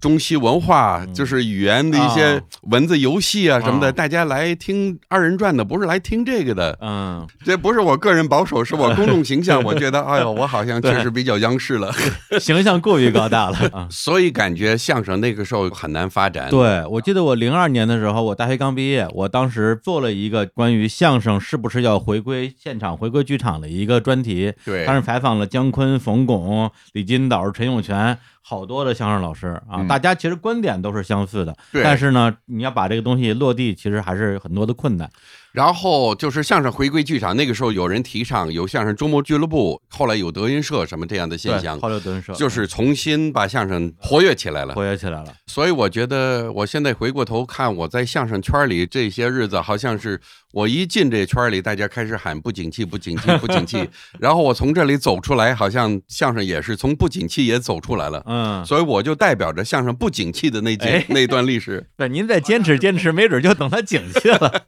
S2: 中西文化，就是语言的一些
S1: 啊
S2: 文字游戏嗯啊什么
S1: 啊
S2: 的，大家来听二人转的，不是来听这个的。
S1: 嗯，
S2: 这不是我个人保守，是我公众形 象。我觉得，哎呦，我好像确实比较央视了，
S1: 形象过于高大了啊。
S2: 所以感觉相声那个时候很难发展。
S1: 对，我记得我零二年的时候，我大学刚毕业，我当时做了一个关于相声是不是要回归现场、回归剧场的一个专题。
S2: 对
S1: 当时采访了姜昆、冯巩、李金斗、陈永泉，好多的相声老师啊，
S2: 嗯
S1: 大家其实观点都是相似的，
S2: 对
S1: 但是呢，你要把这个东西落地，其实还是很多的困难。
S2: 然后就是相声回归剧场，那个时候有人提倡有相声周末俱乐部，后来有德云社什么这样的现象
S1: 对，花柳蹲社
S2: 就是重新把相声活跃起来了。
S1: 活跃起来了。
S2: 所以我觉得我现在回过头看，我在相声圈里这些日子，好像是我一进这圈里，大家开始喊不景气、不景气、不 景气，然后我从这里走出来，好像相声也是从不景气也走出来了。
S1: 嗯，
S2: 所以我就代表着相声不景气的那
S1: 哎
S2: 届那段历史。
S1: 对，您再坚持坚持，没准就等它景气了。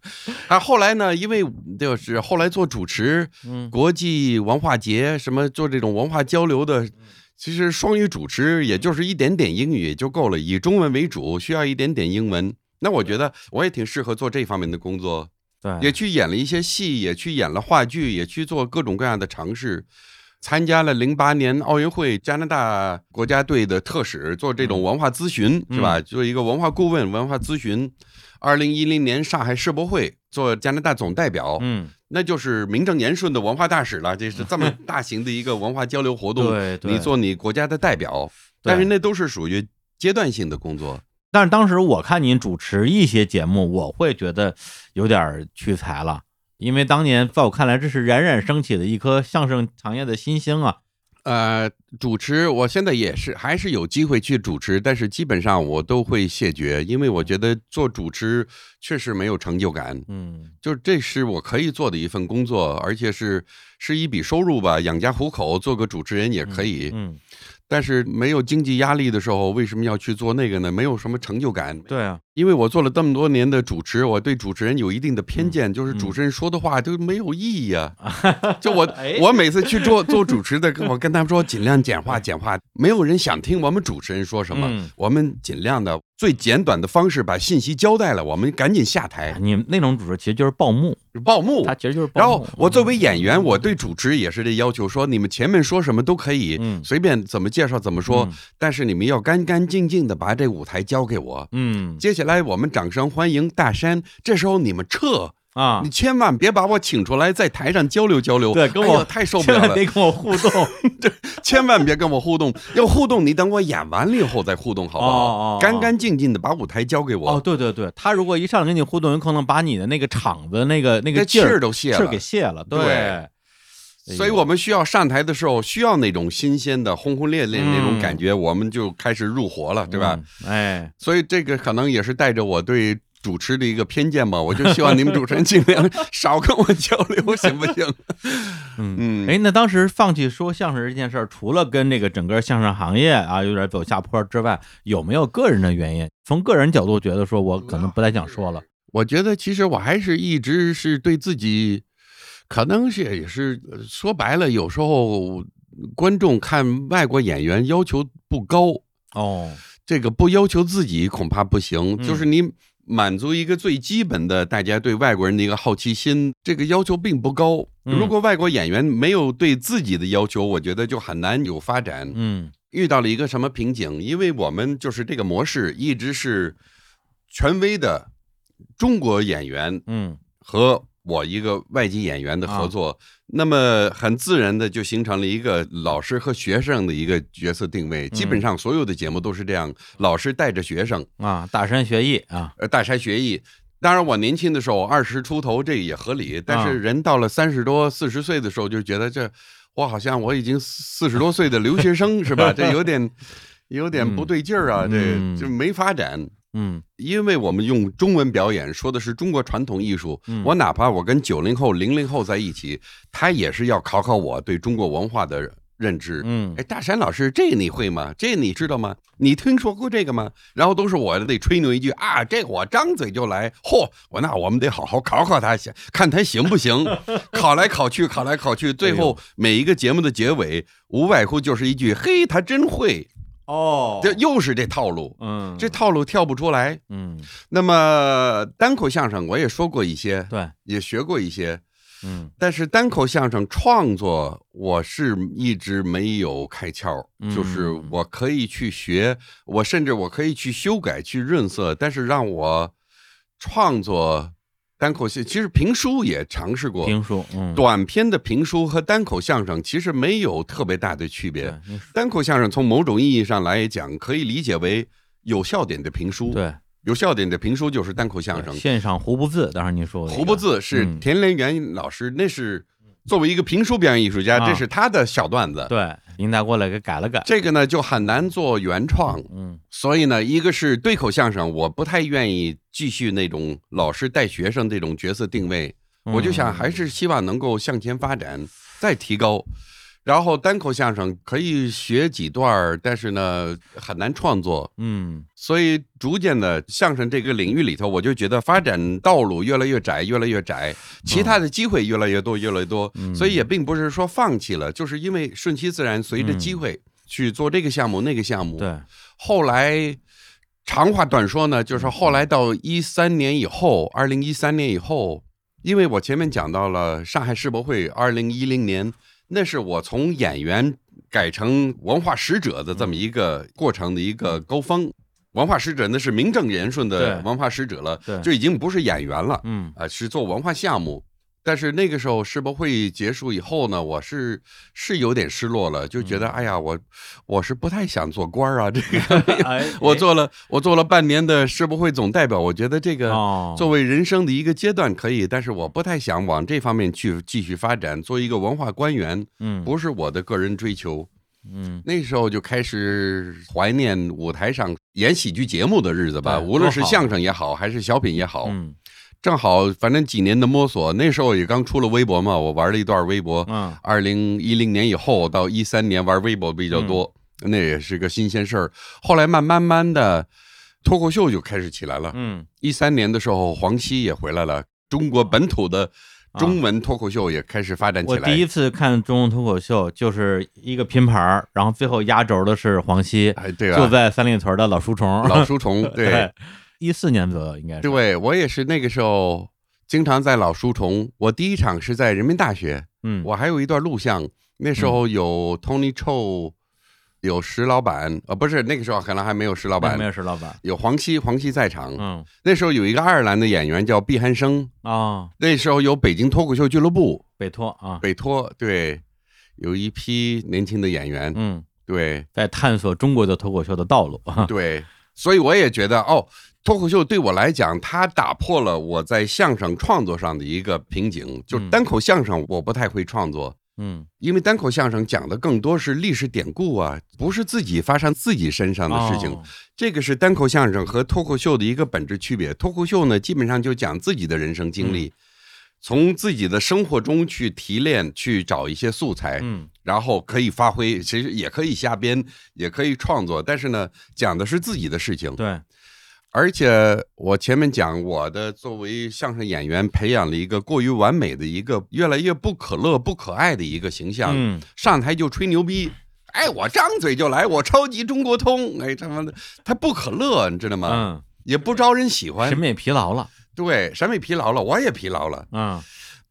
S2: 啊，后来呢，因为就是后来做主持，
S1: 嗯
S2: 国际文化节什么做这种文化交流的，其实双语主持也就是一点点英语也就够了，以中文为主，需要一点点英文。那我觉得我也挺适合做这方面的工作，也
S1: 对，
S2: 去演了一些戏，也去演了话剧，也去做各种各样的尝试。参加了零八年奥运会加拿大国家队的特使，做这种文化咨询、
S1: 嗯
S2: 是吧？做一个文化顾问、文化咨询。二零一零年上海世博会做加拿大总代表，
S1: 嗯，
S2: 那就是名正言顺的文化大使了。这 是这么大型的一个文化交流活动，
S1: 对，对
S2: 你做你国家的代表，
S1: 对
S2: 但是那都是属于阶段性的工作。
S1: 但是当时我看您主持一些节目，我会觉得有点儿屈才了，因为当年在我看来，这是冉冉升起的一颗相声行业的新星啊。
S2: 呃，主持我现在也是还是有机会去主持，但是基本上我都会谢绝，因为我觉得做主持确实没有成就感。
S1: 嗯，
S2: 就是这是我可以做的一份工作，而且是是一笔收入吧，养家糊口，做个主持人也可以。
S1: 嗯，
S2: 但是没有经济压力的时候，为什么要去做那个呢？没有什么成就感。
S1: 对啊，
S2: 因为我做了这么多年的主持，我对主持人有一定的偏见，就是
S1: 嗯
S2: 主持人说的话都没有意义 啊。就我
S1: 哎
S2: 我每次去做做主持的，跟我跟他们说尽量简化简化，没有人想听我们主持人说什么
S1: 嗯，
S2: 我们尽量的最简短的方式把信息交代了，我们赶紧下台
S1: 你们那种主持其实就是报幕，
S2: 报幕
S1: 它。其实就是报幕。
S2: 哦然后我
S1: 嗯
S2: 作为演员，我对主持也是这要求，说你们前面说什么都可以，
S1: 嗯
S2: 随便怎么介绍怎么说
S1: 嗯，
S2: 但是你们要干干净净的把这舞台交给我。
S1: 嗯
S2: 接下来我们掌声欢迎大山。这时候你们撤，
S1: 啊
S2: 你，千万别把我请出来，在台上交流交流。
S1: 对跟
S2: 哎
S1: 我
S2: 呀太受不
S1: 千
S2: 了
S1: 万
S2: 了，
S1: 别跟我互动。
S2: 千万别跟我互动。要互动，你等我演完了以后再互动，好不
S1: 哦哦
S2: 好？
S1: 哦
S2: 干干净净的把舞台交给
S1: 哦，
S2: 我，
S1: 对对对，他如果一上来跟你互动，有可能把你的那个场子、那个那
S2: 这
S1: 个
S2: 气
S1: 劲
S2: 儿
S1: 儿、
S2: 都泄
S1: 气儿
S2: 了
S1: 给。泄了。
S2: 对
S1: 对，哎
S2: 所以我们需要上台的时候，需要那种新鲜的、轰轰烈烈的那种
S1: 嗯
S2: 感觉，我们就开始入活了，对吧？？
S1: 嗯哎，
S2: 所以这个可能也是带着我对主持的一个偏见吧。我就希望你们主持人尽量 少跟我交流，行不行？
S1: 嗯。
S2: 嗯，
S1: 哎，那当时放弃说相声这件事儿，除了跟这个整个相声行业啊有点走下坡之外，有没有个人的原因？从个人角度觉得说，我可能不太想说了。
S2: 我觉得其实我还是一直是对自己，可能是也是呃说白了，有时候观众看外国演员要求不高，
S1: 哦，
S2: 这个不要求自己恐怕不行，
S1: 嗯
S2: 就是你。满足一个最基本的大家对外国人的一个好奇心，这个要求并不高。
S1: 嗯
S2: 如果外国演员没有对自己的要求，我觉得就很难有发展。
S1: 嗯
S2: 遇到了一个什么瓶颈？因为我们就是这个模式一直是权威的中国演员
S1: 嗯
S2: 和我一个外籍演员的合作，那么很自然的就形成了一个老师和学生的一个角色定位。基本上所有的节目都是这样，老师带着学生，
S1: 啊，大山学艺啊，
S2: 呃，大山学艺。当然，我年轻的时候二十出头，这也合理。但
S1: 啊
S2: 是人到了三十多、四十岁的时候，就觉得这我好像我已经四十多岁的留学生是 吧？这有点有点不对劲儿啊，
S1: 嗯
S2: 这就没发展。
S1: 嗯
S2: 因为我们用中文表演说的是中国传统艺术，
S1: 嗯
S2: 我哪怕我跟九零后、零零后在一起，他也是要考考我对中国文化的认知。
S1: 嗯
S2: 哎，大山老师，这个你会吗？这个你知道吗？你听说过这个吗？然后都是我得吹牛一句啊，这个我张嘴就来。嚯，我那我们得好好考考他，行看他行不行？考来考去，考来考去，最
S1: 哎
S2: 后每一个节目的结尾无外乎就是一句：“嘿，他真会。”
S1: 哦
S2: 这又是这套路，
S1: 嗯
S2: 这套路跳不出来。
S1: 嗯
S2: 那么单口相声我也说过一些，
S1: 对
S2: 也学过一些，
S1: 嗯
S2: 但是单口相声创作，我是一直没有开窍，
S1: 嗯
S2: 就是我可以去学，我甚至我可以去修改、去润色，但是让我创作单口相，其实评书也尝试过，
S1: 评书嗯
S2: 短篇的评书和单口相声其实没有特别大的区别。
S1: 对你说
S2: 单口相声从某种意义上来讲，可以理解为有笑点的评书，
S1: 对
S2: 有笑点的评书就是单口相声
S1: 对。现场胡不字，当然你说的一个
S2: 胡不字是
S1: 嗯
S2: 田连元老师，那是作为一个评书表演艺术家，
S1: 啊
S2: 这是他的小段子。
S1: 对，您再过来给改了改，
S2: 这个呢就很难做原创，
S1: 嗯
S2: 所以呢，一个是对口相声，我不太愿意继续那种老师带学生这种角色定位，我就想
S1: 嗯
S2: 还是希望能够向前发展，再提高。然后单口相声可以学几段儿，但是呢很难创作，
S1: 嗯
S2: 所以逐渐的，相声这个领域里头，我就觉得发展道路越来越窄，越来越窄，其他的机会越来越多，越来越多。所以也并不是说放弃了，就是因为顺其自然，随着机会去做这个项目、那个项目。
S1: 对
S2: 后来长话短说呢，
S1: 嗯
S2: 就是后来到一三年以后，二零一三年以后，因为我前面讲到了上海世博会二零一零年，那是我从演员改成文化使者的这么一个过程的一个高峰。文化使者那是名正言顺的
S1: 嗯对
S2: 文化使者了
S1: 对，
S2: 就已经不是演员了。
S1: 嗯
S2: 啊，是做文化项目。但是那个时候世博会结束以后呢，我是是有点失落了，就觉
S1: 嗯
S2: 得、哎呀，我我是不太想做官儿啊，这 个
S1: 哎
S2: 我做了我做了半年的世博会总代表，我觉得这个
S1: 哦
S2: 作为人生的一个阶段可以，但是我不太想往这方面去继续发展，做一个文化官员
S1: 嗯
S2: 不是我的个人追求。
S1: 嗯
S2: 那时候就开始怀念舞台上演喜剧节目的日子吧，
S1: 对
S2: 无论是
S1: 多好
S2: 相声也好，还是小品也好，
S1: 嗯
S2: 正好，反正几年的摸索，那时候也刚出了微博嘛，我玩了一段微博。
S1: 嗯
S2: 二零一零年以后到一三年玩微博比较多，
S1: 嗯
S2: 那也是个新鲜事儿。后来慢慢慢的，脱口秀就开始起来了。
S1: 嗯
S2: 一三年的时候，黄西也回来了，中国本土的中文脱口秀也开始发展起
S1: 啊我
S2: 来。
S1: 第一次看中文脱口秀就是一个拼盘儿，然后最后压轴的是黄西，
S2: 哎，对
S1: 就
S2: 啊，
S1: 在三里屯的老书虫，
S2: 老书虫，对，
S1: 一四年左右应该是，
S2: 对我也是那个时候经常在老书虫。我第一场是在人民大学，
S1: 嗯，
S2: 我还有一段录像，那时候有 Tony Chou，有石老板，呃，不是那个时候可能还没有石老
S1: 那
S2: 板
S1: 没，有石老板，
S2: 有黄西，黄西在场。
S1: 嗯
S2: 那时候有一个爱尔兰的演员叫毕汉生，
S1: 哦，
S2: 那时候有北京脱口秀俱乐部，
S1: 北托啊，
S2: 北托，对，有一批年轻的演员，
S1: 嗯，
S2: 对
S1: 在探索中国的脱口秀的道路，嗯
S2: 对，所以我也觉得哦。脱口秀对我来讲，它打破了我在相声创作上的一个瓶颈。就
S1: 嗯
S2: 单口相声，我不太会创作，
S1: 嗯
S2: 因为单口相声讲的更多是历史典故啊，不是自己发生自己身上的事情。
S1: 哦
S2: 这个是单口相声和脱口秀的一个本质区别。脱口秀呢，基本上就讲自己的人生经
S1: 嗯
S2: 历，从自己的生活中去提炼，去找一些素材，
S1: 嗯
S2: 然后可以发挥，其实也可以瞎编，也可以创作，但是呢，讲的是自己的事情。
S1: 对，
S2: 而且我前面讲，我的作为相声演员，培养了一个过于完美的一个越来越不可乐、不可爱的一个形象。
S1: 嗯
S2: 上台就吹牛逼，哎，我张嘴就来，我超级中国通，哎，他妈的，他不可乐，你知道吗？
S1: 嗯，
S2: 也不招人喜欢
S1: 审，美疲劳了，
S2: 对，审美疲劳了，我也疲劳了。
S1: 嗯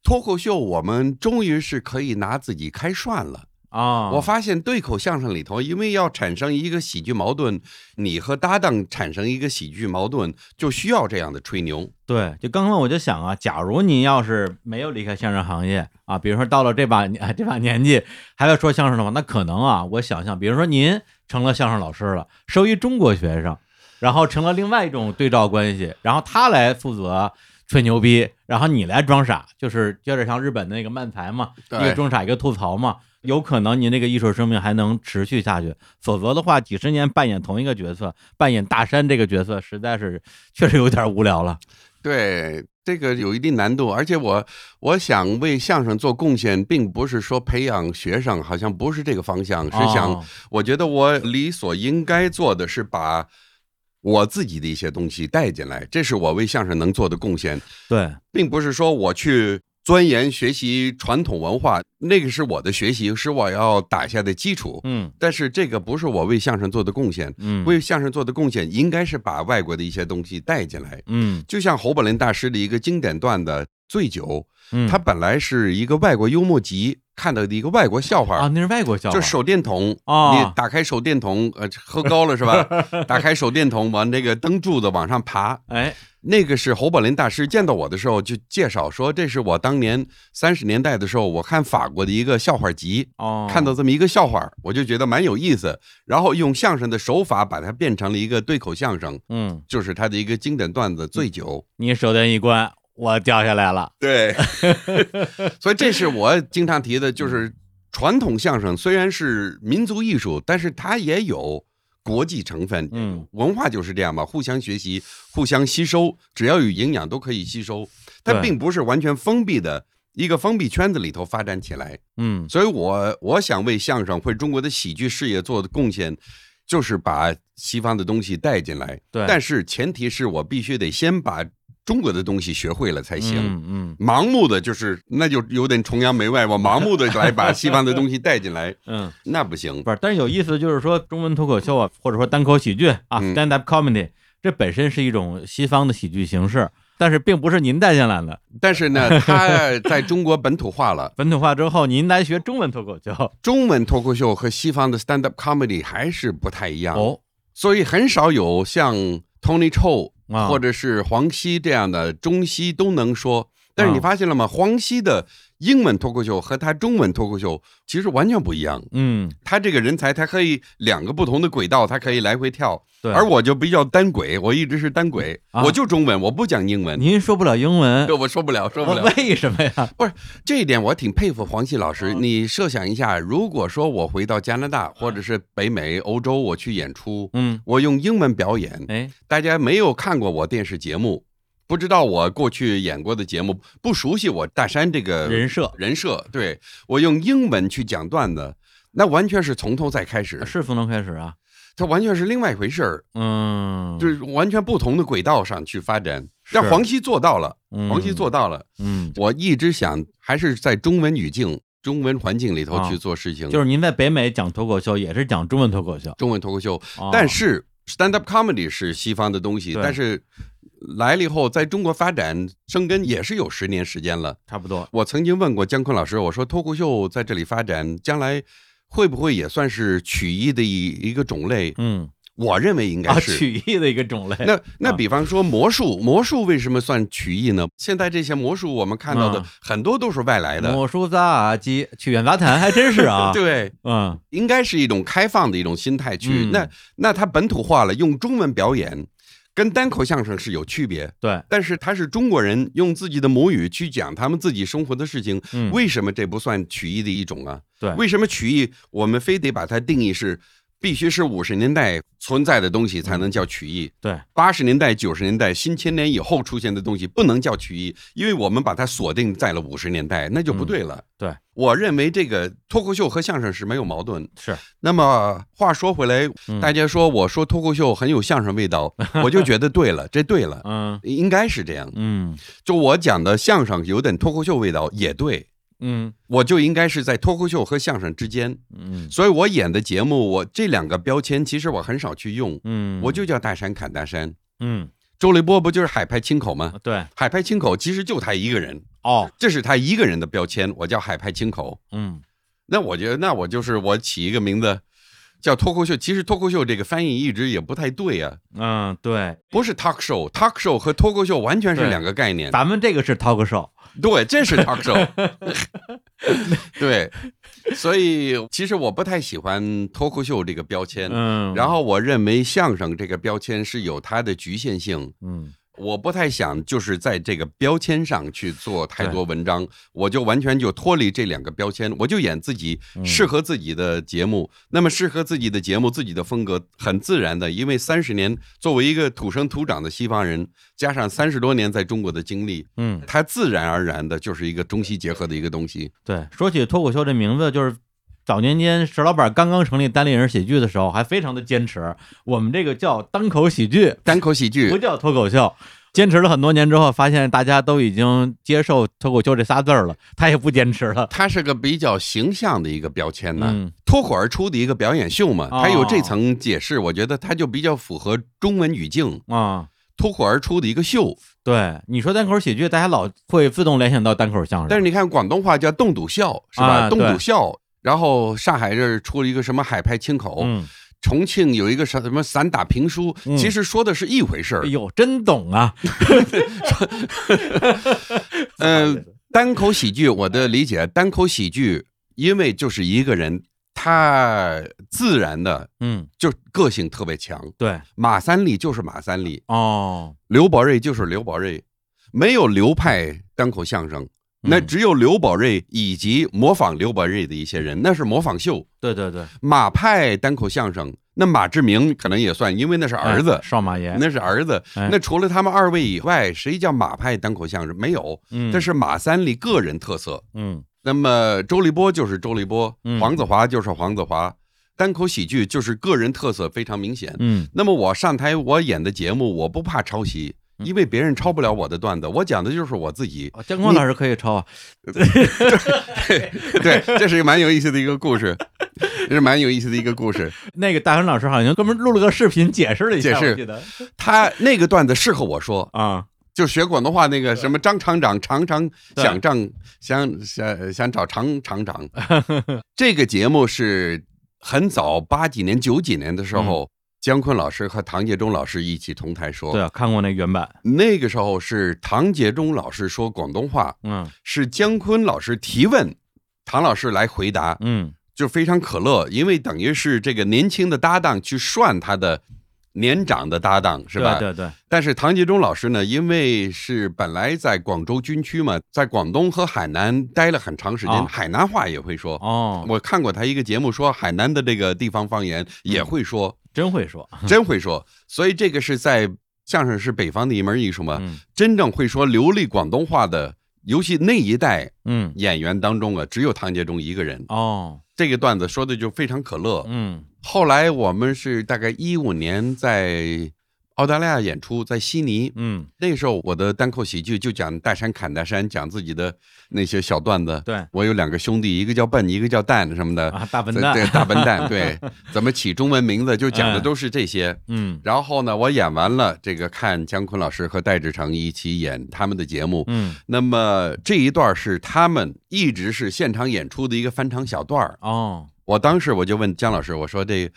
S2: 脱口秀，我们终于是可以拿自己开涮了。
S1: 啊，
S2: 我发现对口相声里头，因为要产生一个喜剧矛盾，你和搭档产生一个喜剧矛盾，就需要这样的吹牛。
S1: 对，就刚刚我就想啊，假如您要是没有离开相声行业啊，比如说到了这把 年这把年纪还要说相声的话，那可能啊，我想象，比如说您成了相声老师了，收一中国学生，然后成了另外一种对照关系，然后他来负责吹牛逼，然后你来装傻，就是有点像日本的那个漫才嘛，一
S2: 对
S1: 个装傻一个吐槽嘛。有可能您这个艺术生命还能持续下去，否则的话，几十年扮演同一个角色，扮演大山这个角色，实在是确实有点无聊了。
S2: 对，这个有一定难度，而且我我想为相声做贡献，并不是说培养学生，好像不是这个方向，是想
S1: 哦
S2: 我觉得我理所应该做的是把我自己的一些东西带进来，这是我为相声能做的贡献，
S1: 对，
S2: 并不是说我去钻研学习传统文化，那个是我的学习，是我要打下的基础。
S1: 嗯
S2: 但是这个不是我为相声做的贡献，
S1: 嗯
S2: 为相声做的贡献应该是把外国的一些东西带进来。
S1: 嗯
S2: 就像侯宝林大师的一个经典段子《醉酒
S1: 嗯，》，
S2: 他本来是一个外国幽默集看到的一个外国笑话
S1: 啊，那是外国笑话，
S2: 就手电筒
S1: 哦
S2: 你打开手电筒，呃，喝高了是吧？ 打开手电筒，往那个灯柱子往上爬。
S1: 哎，
S2: 那个是侯宝林大师见到我的时候就介绍说，这是我当年三十年代的时候，我看法国的一个笑话集，
S1: 哦，
S2: 看到这么一个笑话，我就觉得蛮有意思，然后用相声的手法把它变成了一个对口相声，
S1: 嗯，
S2: 就是他的一个经典段子《醉酒》。
S1: 你手电一关，我掉下来了，
S2: 对， 所以这是我经常提的，就是传统相声虽然是民族艺术，但是它也有国际成分。
S1: 嗯，
S2: 文化就是这样嘛，互相学习，互相吸收，只要有营养都可以吸收。它
S1: 对
S2: 并不是完全封闭的一个封闭圈子里头发展起来。
S1: 嗯
S2: 所以我我想为相声、为中国的喜剧事业做的贡献，就是把西方的东西带进来。
S1: 对
S2: 但是前提是我必须得先把中国的东西学会了才行。
S1: 嗯
S2: 盲目的就是那就有点崇洋媚外，我 盲目的来把西方的东西带进来，
S1: 嗯
S2: 那不行
S1: 嗯，。不是，但是有意思就是说，中文脱口秀啊，或者说单口喜剧啊
S2: 嗯
S1: ，stand up comedy，这本身是一种西方的喜剧形式，但是并不是您带进来的，
S2: 但是呢，它在中国本土化了，
S1: 本土化之后，您来学中文脱口秀，
S2: 中文脱口秀和西方的 stand up comedy 还是不太一样，
S1: 哦，
S2: 所以很少有像 Tony Chou
S1: 啊
S2: 或者是黄西这样的中西都能说。但是你
S1: 啊
S2: 发现了吗？黄西的英文脱口秀和他中文脱口秀其实完全不一样。
S1: 嗯，
S2: 他这个人才，他可以两个不同的轨道，他可以来回跳。
S1: 对，
S2: 而我就比较单轨，我一直是单轨，
S1: 啊
S2: 我就中文，我不讲英文。
S1: 您说不了英文
S2: 这，我受不了，受不
S1: 我
S2: 了。
S1: 为什么呀？
S2: 这一点我挺佩服黄西老
S1: 啊
S2: 师。你设想一下，如果说我回到加拿大或者是北美、欧洲，我去演出，
S1: 嗯，
S2: 我用英文表演，
S1: 哎，
S2: 大家没有看过我电视节目，不知道我过去演过的节目，不熟悉我大山这个
S1: 人设
S2: 人设。对我用英文去讲段子，那完全是从头再开始，
S1: 是从头开始啊，
S2: 它完全是另外一回事儿。
S1: 嗯，
S2: 就是完全不同的轨道上去发展。
S1: 是
S2: 但黄西做到了，
S1: 嗯
S2: 黄西做，到了。
S1: 嗯，
S2: 我一直想还是在中文语境、中文环境里头
S1: 啊
S2: 去做事情，
S1: 就是您在北美讲脱口秀也是讲中文脱口秀，
S2: 中文脱口秀。
S1: 哦
S2: 但是 stand up comedy 是西方的东西，
S1: 对
S2: 但是来了以后，在中国发展生根也是有十年时间了。
S1: 差不多，
S2: 我曾经问过姜昆老师，我说脱口秀在这里发展，将来会不会也算是曲艺的一一个种类？
S1: 嗯，
S2: 我认为应该
S1: 啊，
S2: 是。
S1: 曲艺的一个种类，
S2: 那那
S1: 啊
S2: 比方说魔术，魔术为什么算曲艺呢？现在这些魔术我们看到的
S1: 啊
S2: 很多都是外来 的，
S1: 魔术杂技、曲苑杂谈，还真是啊，
S2: 对，
S1: 嗯，
S2: 应该是一种开放的一种心态去。
S1: 嗯
S2: 那那它本土化了，用中文表演，跟单口相声是有区别。
S1: 对，
S2: 但是他是中国人，用自己的母语去讲他们自己生活的事情，
S1: 嗯，
S2: 为什么这不算曲艺的一种啊？
S1: 对
S2: 为什么曲艺我们非得把它定义是必须是五十年代存在的东西
S1: 嗯
S2: 才能叫曲艺？
S1: 对，
S2: 八十年代、九十年代、新千年以后出现的东西不能叫曲艺，因为我们把它锁定在了五十年代，那就不对了。
S1: 嗯对，
S2: 我认为这个脱口秀和相声是没有矛盾。
S1: 是，
S2: 那么话说回来
S1: 嗯，
S2: 大家说我说脱口秀很有相声味道，我就觉得对了，这对 了，
S1: 嗯
S2: 应该是这样。
S1: 嗯
S2: 就我讲的相声有点脱口秀味道，也对。
S1: 嗯
S2: 我就应该是在脱口秀和相声之间，
S1: 嗯
S2: 所以我演的节目，我这两个标签其实我很少去用，
S1: 嗯，
S2: 我就叫大山砍大山。
S1: 嗯，
S2: 周立波不就是海派清口吗？
S1: 对，
S2: 海派清口其实就他一个人，
S1: 哦，
S2: 这是他一个人的标签，我叫海派清口。
S1: 嗯
S2: 那我觉得，那我就是我起一个名字叫脱口秀。其实脱口秀这个翻译一直也不太对啊，
S1: 嗯，对，
S2: 不是 talk show，talk show 和脱口秀完全是
S1: 对
S2: 两个概念。
S1: 咱们这个是 talk show，
S2: 对，这是 talk show。对，所以其实我不太喜欢脱口秀这个标签。
S1: 嗯，
S2: 然后我认为相声这个标签是有它的局限性。
S1: 嗯
S2: 我不太想就是在这个标签上去做太多文章，我就完全就脱离这两个标签，我就演自己
S1: 嗯
S2: 适合自己的节目。那么适合自己的节目，自己的风格很自然的，因为三十年作为一个土生土长的西方人，加上三十多年在中国的经历，
S1: 嗯，
S2: 它自然而然的就是一个中西结合的一个东西。
S1: 对，说起脱口秀这名字，就是早年间石老板刚刚成立单立人喜剧的时候，还非常的坚持，我们这个叫单口喜剧，
S2: 单口喜剧
S1: 不叫脱口秀。坚持了很多年之后，发现大家都已经接受脱口秀这仨字儿了，他也不坚持了。
S2: 它是个比较形象的一个标签呢、
S1: 嗯
S2: 脱口而出的一个表演秀嘛，它有这
S1: 哦
S2: 层解释，我觉得它就比较符合中文语境，
S1: 啊，
S2: 脱口而出的一个秀。
S1: 对，你说单口喜剧，大家老会自动联想到单口相声，
S2: 但是你看广东话叫冻笃笑是吧？
S1: 啊
S2: 冻
S1: 对
S2: 笃笑。然后上海这儿出了一个什么海派清口，
S1: 嗯，
S2: 重庆有一个什么散打评书，
S1: 嗯
S2: 其实说的是一回事儿
S1: 哎。呦，真懂啊，
S2: 嗯、单口喜剧，我的理解，单口喜剧因为就是一个人，他自然的
S1: 嗯，
S2: 就个性特别强。
S1: 对，
S2: 马三立就是马三立，
S1: 哦，
S2: 刘宝瑞就是刘宝瑞，没有流派单口相声，那
S1: 嗯
S2: 只有刘宝瑞以及模仿刘宝瑞的一些人，那是模仿秀。
S1: 对对对，
S2: 马派单口相声，那马志明可能也算，因为那是儿子
S1: 哎，少马爷，
S2: 那是儿子。
S1: 哎
S2: 那除了他们二位以外，谁叫马派单口相声？没有，
S1: 嗯，
S2: 这是马三立个人特色。
S1: 嗯
S2: 那么周立波就是周立波，
S1: 嗯
S2: 黄子华就是黄子华，单口喜剧就是个人特色非常明显。
S1: 嗯
S2: 那么我上台我演的节目，我不怕抄袭，
S1: 嗯
S2: 因为别人抄不了我的段子，我讲的就是我自 己。
S1: 哦，姜昆老师可以抄啊，
S2: 对，这是一个蛮有意思的一个故事， 这是蛮有意思的一个故事。
S1: 那个大杨老师好像专门录了个视频解释了一下，
S2: 解释
S1: 我记得
S2: 他那个段子适合我说，
S1: 啊，
S2: 就学广东话那个什么张厂长常常
S1: 对
S2: 想仗想想想找常厂长。 这个节目是很早八几年九几年的时候，姜昆老师和唐杰忠老师一起同台说。
S1: 嗯对，啊看过那原版，
S2: 那个时候是唐杰忠老师说广东话，
S1: 嗯
S2: 是姜昆老师提问，唐老师来回答，
S1: 嗯
S2: 就非常可乐，因为等于是这个年轻的搭档去涮他的年长的搭档，是吧？
S1: 对对啊对，
S2: 但是唐杰忠老师呢，因为是本来在广州军区嘛，在广东和海南待了很长时间，
S1: 啊
S2: 海南话也会说。
S1: 哦，
S2: 我看过他一个节目，说海南的这个地方方
S1: 嗯
S2: 言也会说，
S1: 真会说，
S2: 真会说。所以这个是在相声是北方的一门艺术嘛，
S1: 嗯
S2: 真正会说流利广东话的，尤其那一代
S1: 嗯
S2: 演员当中啊，只有唐杰忠一个人。
S1: 哦
S2: 这个段子说的就非常可乐。
S1: 嗯
S2: 后来我们是大概一五年在澳大利亚演出，在悉尼。
S1: 嗯，
S2: 那时候我的单口喜剧就讲大山砍大山，讲自己的那些小段子。
S1: 对
S2: 我有两个兄弟，一个叫笨，一个叫蛋什么的。
S1: 啊，大笨
S2: 啊对
S1: 蛋，
S2: 对，大 笨蛋，对，怎么起中文名字，就讲的都是这些。
S1: 嗯
S2: 然后呢，我演完了这个，看姜昆老师和戴志诚一起演他们的节目。
S1: 嗯
S2: 那么这一段是他们一直是现场演出的一个翻唱小段儿。
S1: 哦
S2: 我当时我就问姜老师，我说这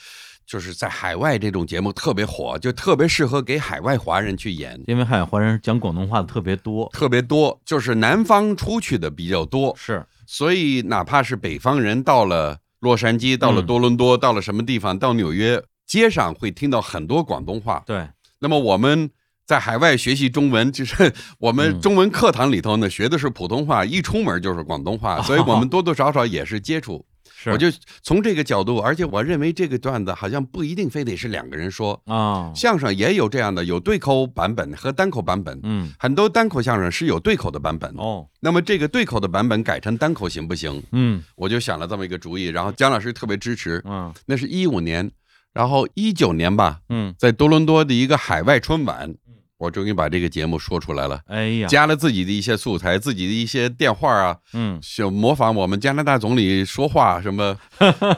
S2: 就是在海外这种节目特别火，就特别适合给海外华人去演，
S1: 因为海外华人讲广东话的特别多，
S2: 特别多，就是南方出去的比较多，
S1: 是，
S2: 所以哪怕是北方人到了洛杉矶，到了多伦多，到了什么地方，到纽约，街上会听到很多广东话。
S1: 对，
S2: 那么我们在海外学习中文，就是 我们
S1: 嗯
S2: 中文课堂里头呢，学的是普通话，一出门就是广东 话，所以我们多多少少也是接触。
S1: 是，
S2: 我就从这个角度，而且我认为这个段子好像不一定非得是两个人说，
S1: 啊，
S2: 相声也有这样的，有对口版本和单口版本。
S1: 嗯
S2: 很多单口相声是有对口的版本，
S1: 哦
S2: 那么这个对口的版本改成单口行不行？
S1: 嗯
S2: 我就想了这么一个主意，然后姜老师特别支持。
S1: 嗯
S2: 那是一五年，然后一九年吧，
S1: 嗯，
S2: 在多伦多的一个海外春晚，我终于把这个节目说出来了，
S1: 哎呀，
S2: 加了自己的一些素材，自己的一些电话啊，
S1: 嗯
S2: 想模仿我们加拿大总理说话，什么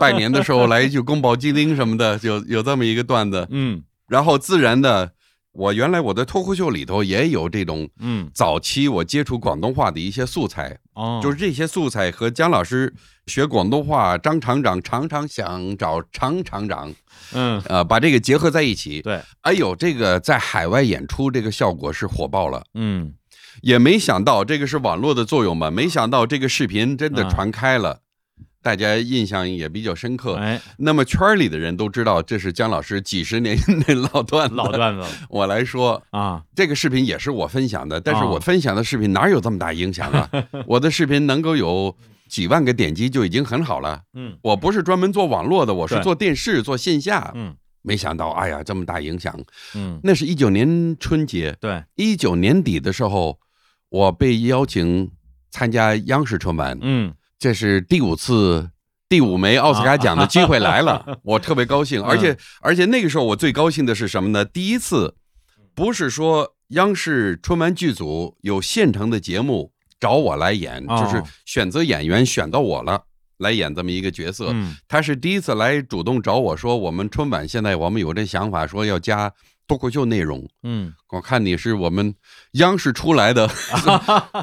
S2: 拜年的时候来一句“宫保鸡丁”什么的，有有这么一个段子。
S1: 嗯
S2: 然后自然的，我原来我的脱口秀里头也有这种
S1: 嗯
S2: 早期我接触广东话的一些素材，
S1: 哦，
S2: 就是这些素材和姜老师学广东话，张厂长常常想找常厂长，
S1: 嗯
S2: 呃，把这个结合在一起。
S1: 对，
S2: 哎呦，这个在海外演出这个效果是火爆了，
S1: 嗯
S2: 也没想到这个是网络的作用吧？没想到这个视频真的
S1: 嗯
S2: 传开了，大家印象也比较深刻。
S1: 哎，
S2: 那么圈儿里的人都知道，这是姜老师几十年 那老段子。
S1: 老，段子了
S2: 我来说，
S1: 啊，
S2: 这个视频也是我分享的，但是
S1: 啊
S2: 我分享的视频哪有这么大影响 啊？我的视频能够有几万个点击就已经很好了。
S1: 嗯
S2: 我不是专门做网络的，我是
S1: 对
S2: 做电视、做线下。
S1: 嗯
S2: 没想到，哎呀，这么大影响！
S1: 嗯，
S2: 那是一九年春节，
S1: 对，
S2: 一九年底的时候，我被邀请参加央视春晚，
S1: 嗯
S2: 这是第五次。第五枚奥斯
S1: 啊
S2: 卡奖的机会 来了，我特别高兴，而
S1: 嗯
S2: 且而且那个时候我最高兴的是什么呢？第一次，不是说央视春晚剧组有现成的节目找我来演，
S1: 哦
S2: 就是选择演员选到我了来演这么一个角色，
S1: 嗯
S2: 他是第一次来主动找我说，我们春晚现在我们有这想法，说要加脱口秀内容。
S1: 嗯，
S2: 我看你是我们央视出 来的，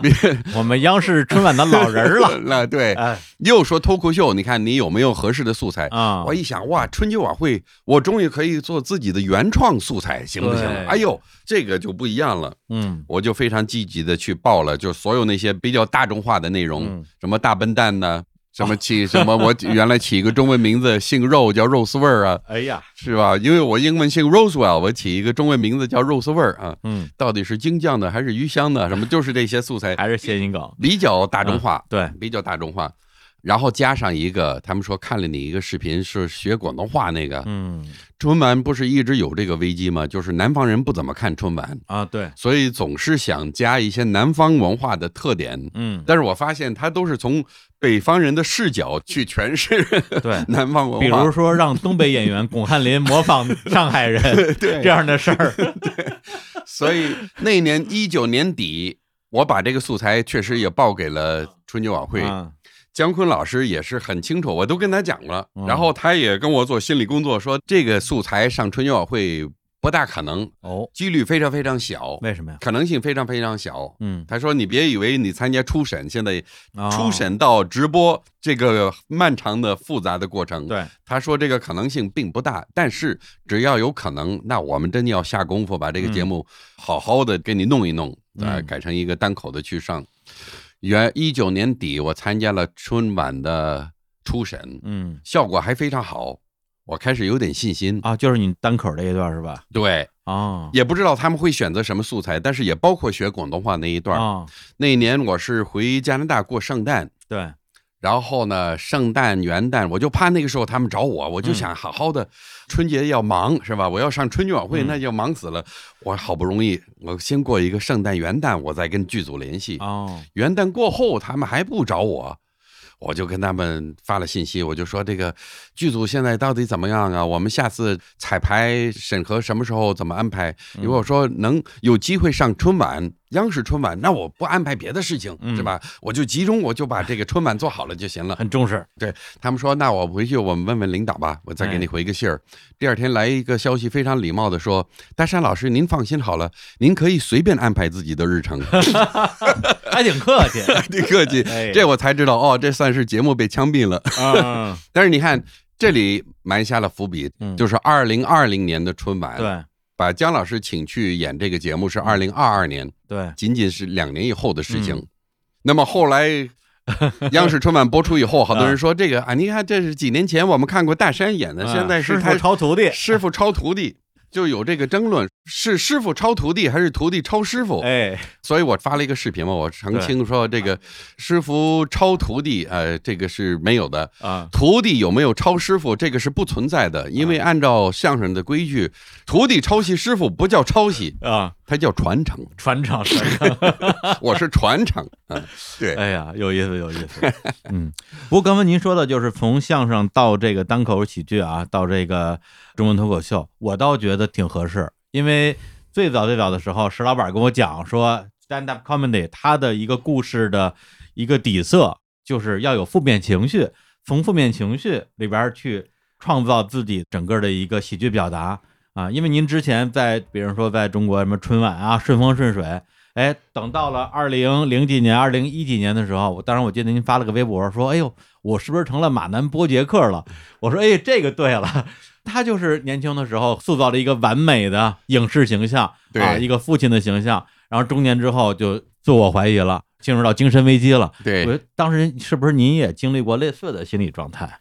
S2: 你
S1: 我们央视春晚的老人 儿了，
S2: 那 对，
S1: 哎
S2: 又说脱口秀，你看你有没有合适的素材？
S1: 啊
S2: 我，一想，哇，春节晚会，我终于可以做自己的原创素材，行不行
S1: 对？
S2: 哎呦，这个就不一样了，
S1: 嗯
S2: 我就非常积极的去报了，就所有那些比较大众化的内容，
S1: 嗯
S2: 什么大笨蛋呐，什么 起什么，我原来起一个中文名字，姓肉叫肉丝味儿啊，
S1: 哎呀，
S2: 是吧？因为我英文姓 Rosewell，我起一个中文名字叫 Rose 味儿啊，
S1: 嗯，
S2: 到底是京酱的还是鱼香的？什么就是这些素材
S1: 还是谐音梗，
S2: 比较大众化，
S1: 对，
S2: 比较大众化。然后加上一个，他们说看了你一个视频是学广东话那个
S1: 嗯
S2: 春晚，不是一直有这个危机吗？就是南方人不怎么看春晚，
S1: 啊，对，
S2: 所以总是想加一些南方文化的特点。
S1: 嗯
S2: 但是我发现他都是从北方人的视角去诠释
S1: 对。
S2: 南方文化，
S1: 比如说，让东北演员巩汉林模仿上海人
S2: 对
S1: 这样的事儿，
S2: 所以那年一九年底，我把这个素材确实也报给了春节晚会。
S1: 啊
S2: 姜昆老师也是很清楚，我都跟他讲了
S1: 嗯，
S2: 然后他也跟我做心理工作，说这个素材上春节晚会不大可能，
S1: 哦，
S2: 几率非常非常小，
S1: 为什么呀？
S2: 可能性非常非常小。
S1: 嗯，
S2: 他说：“你别以为你参加初审，现在
S1: 哦
S2: 初审到直播这个漫长的复杂的过程，
S1: 对，
S2: 他说这个可能性并不大，但是只要有可能，那我们真的要下功夫把这个节目好好的给你弄一弄，
S1: 嗯
S2: 呃，改成一个单口的去上。原一九年底我参加了春晚的初审，
S1: 嗯
S2: 效果还非常好，我开始有点信心。
S1: 啊，就是你单口这一段是吧？
S2: 对，
S1: 哦
S2: 也不知道他们会选择什么素材，但是也包括学广东话那一段。
S1: 啊，
S2: 那一年我是回加拿大过圣诞，
S1: 对，
S2: 然后呢，圣诞、元旦，我就怕那个时候他们找我，我就想好好的，春节要忙是吧？我要上春节晚会，
S1: 嗯
S2: 那就忙死了。我好不容易，我先过一个圣诞、元旦，我再跟剧组联系。
S1: 哦，
S2: 元旦过后，他们还不找我，我就跟他们发了信息，我就说这个剧组现在到底怎么样啊？我们下次彩排审核什么时候怎么安排？如果说能有机会上春晚，央视春晚，那我不安排别的事情
S1: 嗯
S2: 是吧？我就集中，我就把这个春晚做好了就 行了。
S1: 很重视，
S2: 他们说，那我回去我们问问领导吧，我再给你
S1: 哎
S2: 回个信儿。第二天来一个消息，非常礼貌的说，大山老师您放心好了，您可以随便安排自己的日程。
S1: 还挺客气
S2: 你客气
S1: 哎，
S2: 这我才知道哦，这算是节目被枪毙了。
S1: 啊，
S2: 但是你看，这里埋下了伏笔，
S1: 嗯
S2: 就是二零二零年的春 晚，，
S1: 对嗯
S2: 把姜老师请去演这个节目是二零二二年，
S1: 对，
S2: 仅仅是两年以后的事情。
S1: 嗯
S2: 那么 后来。央视春晚播出以后，好多人说这个啊，你看这是几年前我们看过大山演的，现在
S1: 啊师
S2: 是
S1: 傅
S2: 他
S1: 朝徒弟，
S2: 师傅抄徒弟，就有这个争论，是师傅抄徒弟还是徒弟抄师傅？
S1: 哎，
S2: 所以我发了一个视频嘛，我澄清说这
S1: 啊
S2: 个师傅抄徒弟，呃，这个是没有的。
S1: 啊，
S2: 徒弟有没有抄师傅，这个是不存在的，因为按照相声的规矩，徒弟抄袭师傅不叫抄袭，
S1: 啊，
S2: 它叫 传承。
S1: 船长，船长。
S2: 我是传承， 嗯， 对，
S1: 哎呀，有意思，有意思。嗯，不过刚才您说的就是从相声到这个单口喜剧啊，到这个中文脱口秀，我倒觉得挺合适，因为最早最早的时候，石老板跟我讲说，stand up comedy 它的一个故事的一个底色就是要有负面情绪，从负面情绪里边儿去创造自己整个的一个喜剧表达啊。因为您之前在，比如说在中国什么春晚啊，顺风顺水，哎，等到了二零零几年、二零一几年的时候，我当然我记得您发了个微博说：“哎呦，我是不是成了马南波杰克了？”我说：“哎，这个对了，他就是年轻的时候塑造了一个完美的影视形象，啊，
S2: 对
S1: 一个父亲的形象，然后中年之后就自我怀疑了，进入到精神危机了。我
S2: 对
S1: 觉得当时是不是您也经历过类似的心理状态？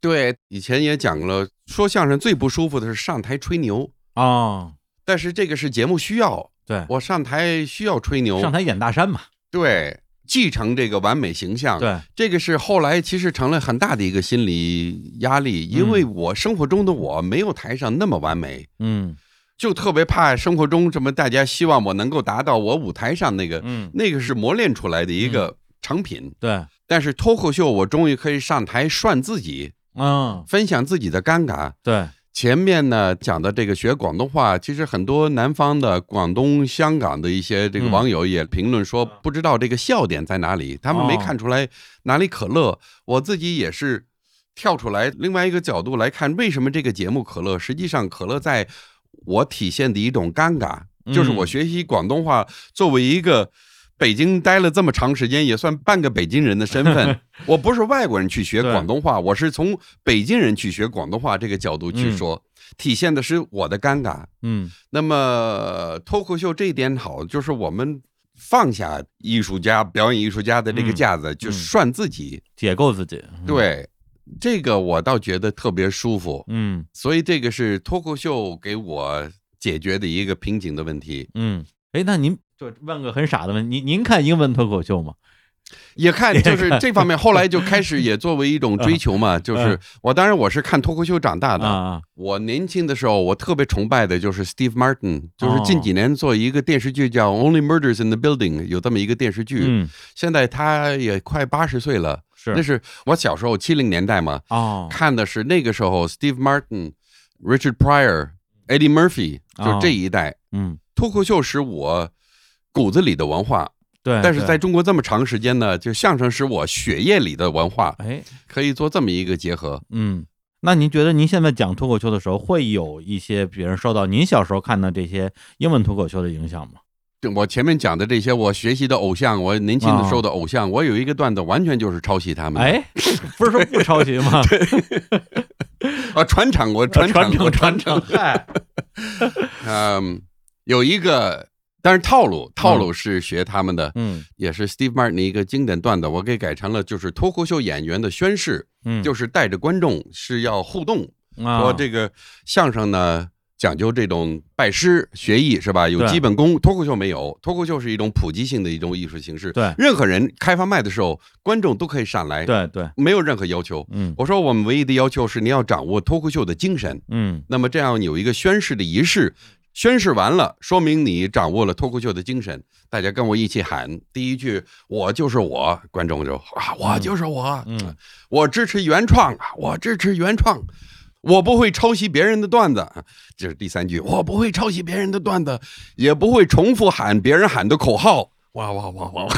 S2: 对，以前也讲了，说相声最不舒服的是上台吹牛，
S1: 哦，
S2: 但是这个是节目需要，
S1: 对，
S2: 我上台需要吹牛，
S1: 上台演大山嘛，
S2: 对继承这个完美形象，
S1: 对，
S2: 这个是后来其实成了很大的一个心理压力，因为我生活中的我没有台上那么完美，
S1: 嗯
S2: 就特别怕生活中什么大家希望我能够达到我舞台上那个，
S1: 嗯，
S2: 那个是磨练出来的一个成品。
S1: 对，
S2: 但是脱口秀，我终于可以上台涮自己，
S1: 嗯
S2: 分享自己的尴尬。
S1: 对，
S2: 前面呢讲的这个学广东话，其实很多南方的广东、香港的一些这个
S1: 嗯
S2: 网友也评论说，不知道这个笑点在哪里，他们没
S1: 哦
S2: 看出来哪里可乐。我自己也是跳出来另外一个角度来看，为什么这个节目可乐？实际上，可乐在我体现的一种尴尬，就是我
S1: 嗯
S2: 学习广东话作为一个。北京待了这么长时间，也算半个北京人的 身份。我不是外国人去学
S1: 对
S2: 广东话，我是从北京人去学广东话这个角度去
S1: 嗯
S2: 说。体现的是我的尴尬。
S1: 嗯
S2: 那么脱口秀这一点好，就是我们放下艺术家、表演艺术家的这个
S1: 嗯
S2: 架子，就涮自己。
S1: 解构自己，
S2: 对，这个我倒觉得特别舒服。
S1: 嗯
S2: 所以这个是脱口秀给我解决的一个瓶颈的问题。
S1: 嗯，哎，那您就问个很傻的问题，您您看英文脱口秀吗？
S2: 也看 就是这方面，后来就开始也作为一种追求嘛，
S1: 嗯
S2: 就是我当然我是看脱口秀长大的，
S1: 啊，
S2: 我年轻的时候，我特别崇拜的就是 Steve Martin，就是
S1: 哦
S2: 近几年做一个电视剧叫《Only Murders in the Building》，有这么一个电视剧。
S1: 嗯，
S2: 现在他也快八十岁了，
S1: 是
S2: 那是我小时候七零年代嘛，
S1: 哦，
S2: 看的是那个时候 Steve Martin、Richard Pryor、Eddie Murphy，就是
S1: 哦
S2: 这一代、
S1: 嗯，
S2: 脱口秀是我骨子里的文化，
S1: 对，
S2: 但是
S1: 哎对
S2: 在中国这么长时间呢，就相声是我血液里的文化，
S1: 哎，
S2: 可以做这么一个结合。
S1: 嗯，那您觉得您现在讲脱口秀的时候，会有一些别人受到您小时候看的这些英文脱口秀的影响吗？
S2: 这我前面讲的这些，我学习的偶像，我年轻的时候的偶像，我有一个段子完全就是抄袭他们的。
S1: 哦哎，不是说不抄袭 吗？
S2: 啊，传唱过，传唱过，
S1: 承传承，嗨，
S2: 嗯，有一个，但是套路，套路是学他们的，
S1: 嗯
S2: 也是 Steve Martin 的一个经典段子，我给改成了就是脱口秀演员的宣誓，
S1: 嗯，
S2: 就是是带着观众是要互动。
S1: 啊
S2: 说，这个相声呢，讲究这种拜师学艺是吧？有
S1: 对
S2: 基本功，脱口秀没有，脱口秀是一种普及性的一种艺术形式。
S1: 对
S2: 任何人开放麦的时候，观众都可以上来，
S1: 对对，
S2: 没有任何要求。
S1: 嗯
S2: 我说我们唯一的要求是你要掌握脱口秀的精神，
S1: 嗯
S2: 那么这样有一个宣誓的仪式。宣誓完了，说明你掌握了脱口秀的精神。大家跟我一起喊第一句：“我就是我。”观众就啊，我就是我，
S1: 嗯
S2: 我支持原创啊，我支持原创，我不会抄袭别人的段子。这是第三句，我不会抄袭别人的段子，也不会重复喊别人喊的口号。哇哇哇哇，哇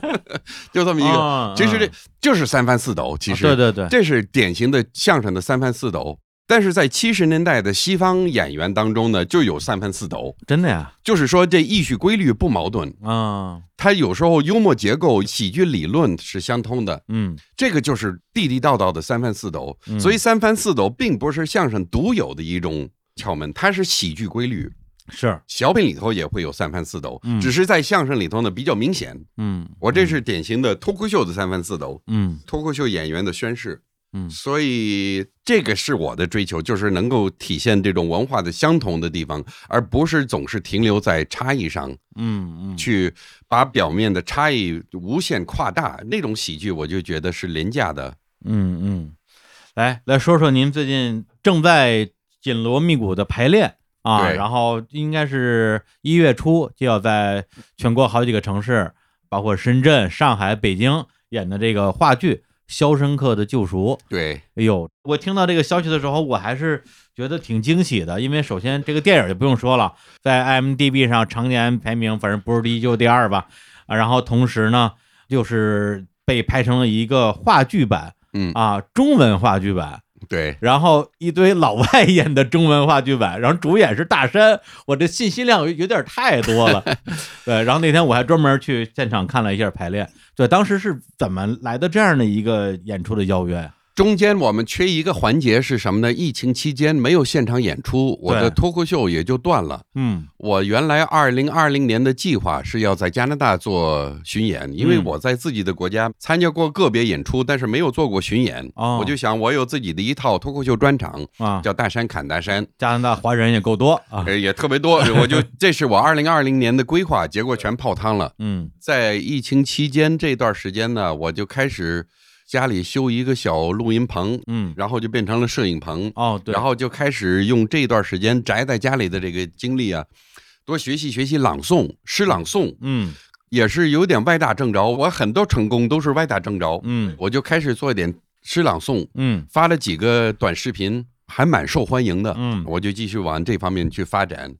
S2: 就这么一个。
S1: 啊
S2: 其实这
S1: 啊
S2: 就是三翻四抖，其实
S1: 对对对，
S2: 这是典型的相声的三翻四抖。但是在七十年代的西方演员当中呢，就有三翻四抖，
S1: 真的呀，
S2: 就是说这艺术规律不矛盾，
S1: 啊，
S2: 它有时候幽默结构、喜剧理论是相通的。
S1: 嗯
S2: 这个就是地地道道的三翻四抖。
S1: 嗯
S2: 所以三翻四抖并不是相声独有的一种窍门，它是喜剧规律。
S1: 是，
S2: 小品里头也会有三翻四抖，
S1: 嗯
S2: 只是在相声里头呢比较明显。
S1: 嗯
S2: 我这是典型的脱口秀的三翻四抖，
S1: 嗯
S2: 脱口秀演员的宣誓。
S1: 嗯
S2: 所以这个是我的追求，就是能够体现这种文化的相同的地方，而不是总是停留在差异上，
S1: 嗯嗯，
S2: 去把表面的差异无限夸大。那种喜剧，我就觉得是廉价的。
S1: 嗯嗯，来来说说您最近正在紧锣密鼓的排练啊，
S2: 对
S1: 然后应该是一月初就要在全国好几个城市，包括深圳、上海、北京演的这个话剧《肖申克的救赎》。
S2: 对，
S1: 哎呦，我听到这个消息的时候，我还是觉得挺惊喜的，因为首先这个电影就不用说了，在 IMDB 上常年排名，反正不是第一就是第二吧。啊，然后同时呢，就是被拍成了一个话剧版，
S2: 嗯
S1: 啊，中文话剧版，
S2: 对，
S1: 然后一堆老外演的中文话剧版，然后主演是大山，我这信息量有有点太多了。对，然后那天我还专门去现场看了一下排练，对，当时是怎么来的这样的一个演出的邀约？啊
S2: 中间我们缺一个环节是什么呢？疫情期间没有现场演出，我的
S1: 对
S2: 脱口秀也就断了。
S1: 嗯
S2: 我原来二零二零年的计划是要在加拿大做巡演，因为
S1: 嗯
S2: 我在自己的国家参加过个别演出，但是没有做过巡演。
S1: 哦
S2: 我就想，我有自己的一套脱口秀专场，
S1: 啊，
S2: 叫《大山砍大山》，
S1: 加拿大华人也够多啊，
S2: 呃，也特 别多。我就这是我二零二零年的规划，结果全泡汤了。
S1: 嗯
S2: 在疫情期间这段时间呢，我就开始家里修一个小录音棚，
S1: 嗯，
S2: 然后就变成了摄影棚，
S1: 哦对，
S2: 然后就开始用这段时间宅在家里的这个经历啊，多学习学习朗诵、诗朗诵，
S1: 嗯
S2: 也是有点歪打正着。我很多成功都是歪打正着，
S1: 嗯
S2: 我就开始做一点诗朗诵，
S1: 嗯
S2: 发了几个短视频，还蛮受欢迎的。
S1: 嗯
S2: 我就继续往这方面去发展，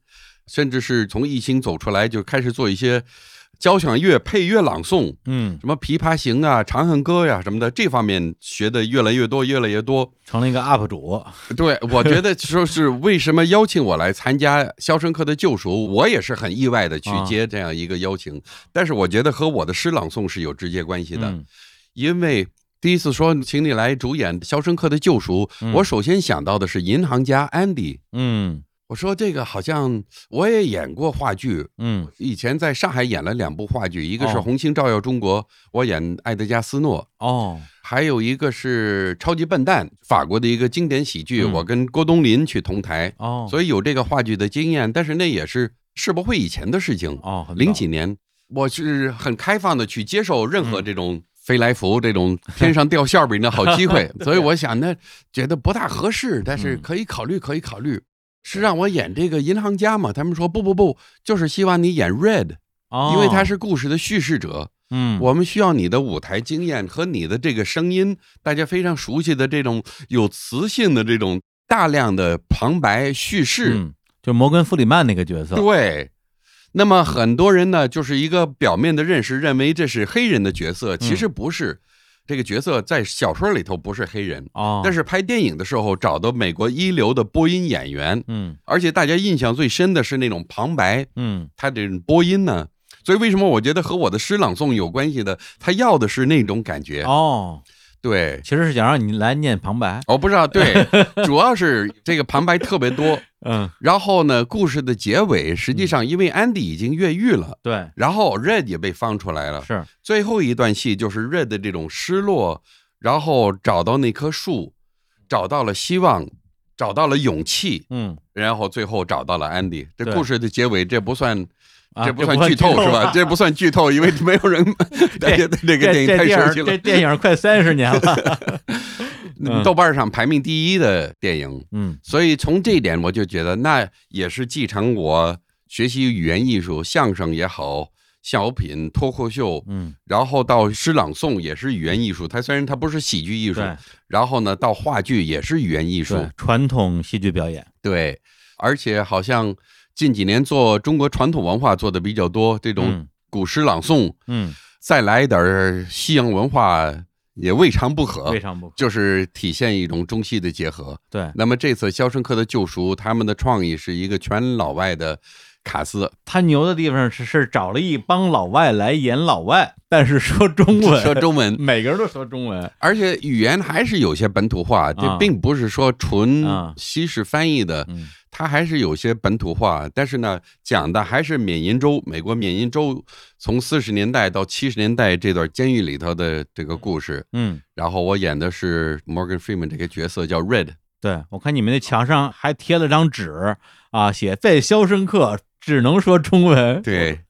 S2: 甚至是从疫情走出来，就开始做一些交响乐配乐朗诵，
S1: 嗯，
S2: 什么《琵琶行》啊、《长恨歌》呀什么的，这方面学的越来越多，越来越多。
S1: 成了一个 UP 主，
S2: 对，我觉得说是为什么邀请我来参加《肖申克的救赎》，我也是很意外的去
S1: 啊
S2: 接这样一个邀请，但是我觉得和我的诗朗诵是有直接关系的，
S1: 嗯
S2: 因为。第一次说请你来主演《肖申克的救赎》，我首先想到的是银行家 Andy。
S1: 嗯
S2: 我说这个好像我也演过话剧，
S1: 嗯
S2: 以前在上海演了两部话剧，一个是
S1: 哦
S2: 《红星照耀中国》，我演埃德加斯诺，
S1: 哦
S2: 还有一个是《超级笨蛋》，法国的一个经典喜剧，
S1: 嗯
S2: 我跟郭冬临去同台，
S1: 哦，以
S2: 所以有这个话剧的经验，但是那也是世博会以前的事情，
S1: 哦很
S2: 零
S1: 早
S2: 几年，我是很开放的去接受任何
S1: 嗯
S2: 这种。飞来福这种天上掉馅饼的好机 会，所以我想呢，觉得不大合适，但是
S1: 嗯
S2: 可以考虑，可以考虑。是让我演这个银行家嘛？他们说不不不，就是希望你演 Red，
S1: 哦，
S2: 因为他是故事的叙事者。
S1: 嗯
S2: 我们需要你的舞台经验和你的这个声音，大家非常熟悉的这种有磁性的这种大量的旁白叙事，
S1: 嗯就摩根弗里曼那个角色，
S2: 对。那么很多人呢，就是一个表面的认识，认为这是黑人的角色，
S1: 嗯
S2: 其实不是。这个角色在小说里头不是黑人，
S1: 哦，
S2: 但
S1: 是
S2: 是拍电影的时候找的美国一流的播音演员，
S1: 嗯
S2: 而且大家印象最深的是那种旁白，
S1: 嗯
S2: 他这种播音呢。所以为什么我觉得和我的诗朗诵有关系的？他要的是那种感觉，
S1: 哦，
S2: 对，
S1: 其实是想让你来念旁白，
S2: 我不知 道，对，主要是这个旁白特别多。
S1: 嗯
S2: 然后呢，故事的结尾实际上因为安迪已经越狱了，
S1: 对
S2: 然后 Red 也被放出来了。
S1: 是
S2: 最后一段戏就是 Red 的这种失落，然后找到那棵树，找到了希望，找到了勇气，
S1: 嗯
S2: 然后最后找到了安迪。这
S1: 对
S2: 故事的结尾，这不算
S1: 啊
S2: 这不算剧透是吧？这不算剧透，因为没 有人 大家对这
S1: 这
S2: 个电影
S1: 这
S2: 太
S1: 电
S2: 熟悉
S1: 影
S2: 了
S1: 这。电影快三十年 了，嗯
S2: 豆瓣上排名第一的电影，
S1: 嗯
S2: 所以从这一点我就觉得，那也是继承我学习语言艺术、相声也好，小品、脱口秀，
S1: 嗯
S2: 然后到诗朗诵也是语言艺术。它虽然它不是喜剧艺术，
S1: 对
S2: 然后呢到话剧也是语言艺术
S1: 对，传统戏剧表演，
S2: 对，而且好像近几年做中国传统文化做的比较多，这种
S1: 嗯
S2: 古诗朗诵，
S1: 嗯
S2: 再来一点儿西洋文化也未尝不可
S1: 非。常不
S2: 就是体现一种中西的结合。
S1: 对，
S2: 那么这次《肖申克的救赎》，他们的创意是一个全老外的卡斯，
S1: 他牛的地方是是找了一帮老外来演老外， 但是说中文，
S2: 说 中文，
S1: 每个人都说中文，
S2: 而且语言还是有些本土化，这
S1: 啊
S2: 并不是说纯
S1: 啊
S2: 西式翻译的，
S1: 嗯
S2: 它还是有些本土化。但是呢，讲的还是缅因州，美国缅因州从四十年代到七十年代这段监狱里头的这个故事。
S1: 嗯。
S2: 然后我演的是 Morgan Freeman 这个角色叫 Red，
S1: 对，我看你们那墙上还贴了张纸啊，写“在肖申克只能说中文”，
S2: 对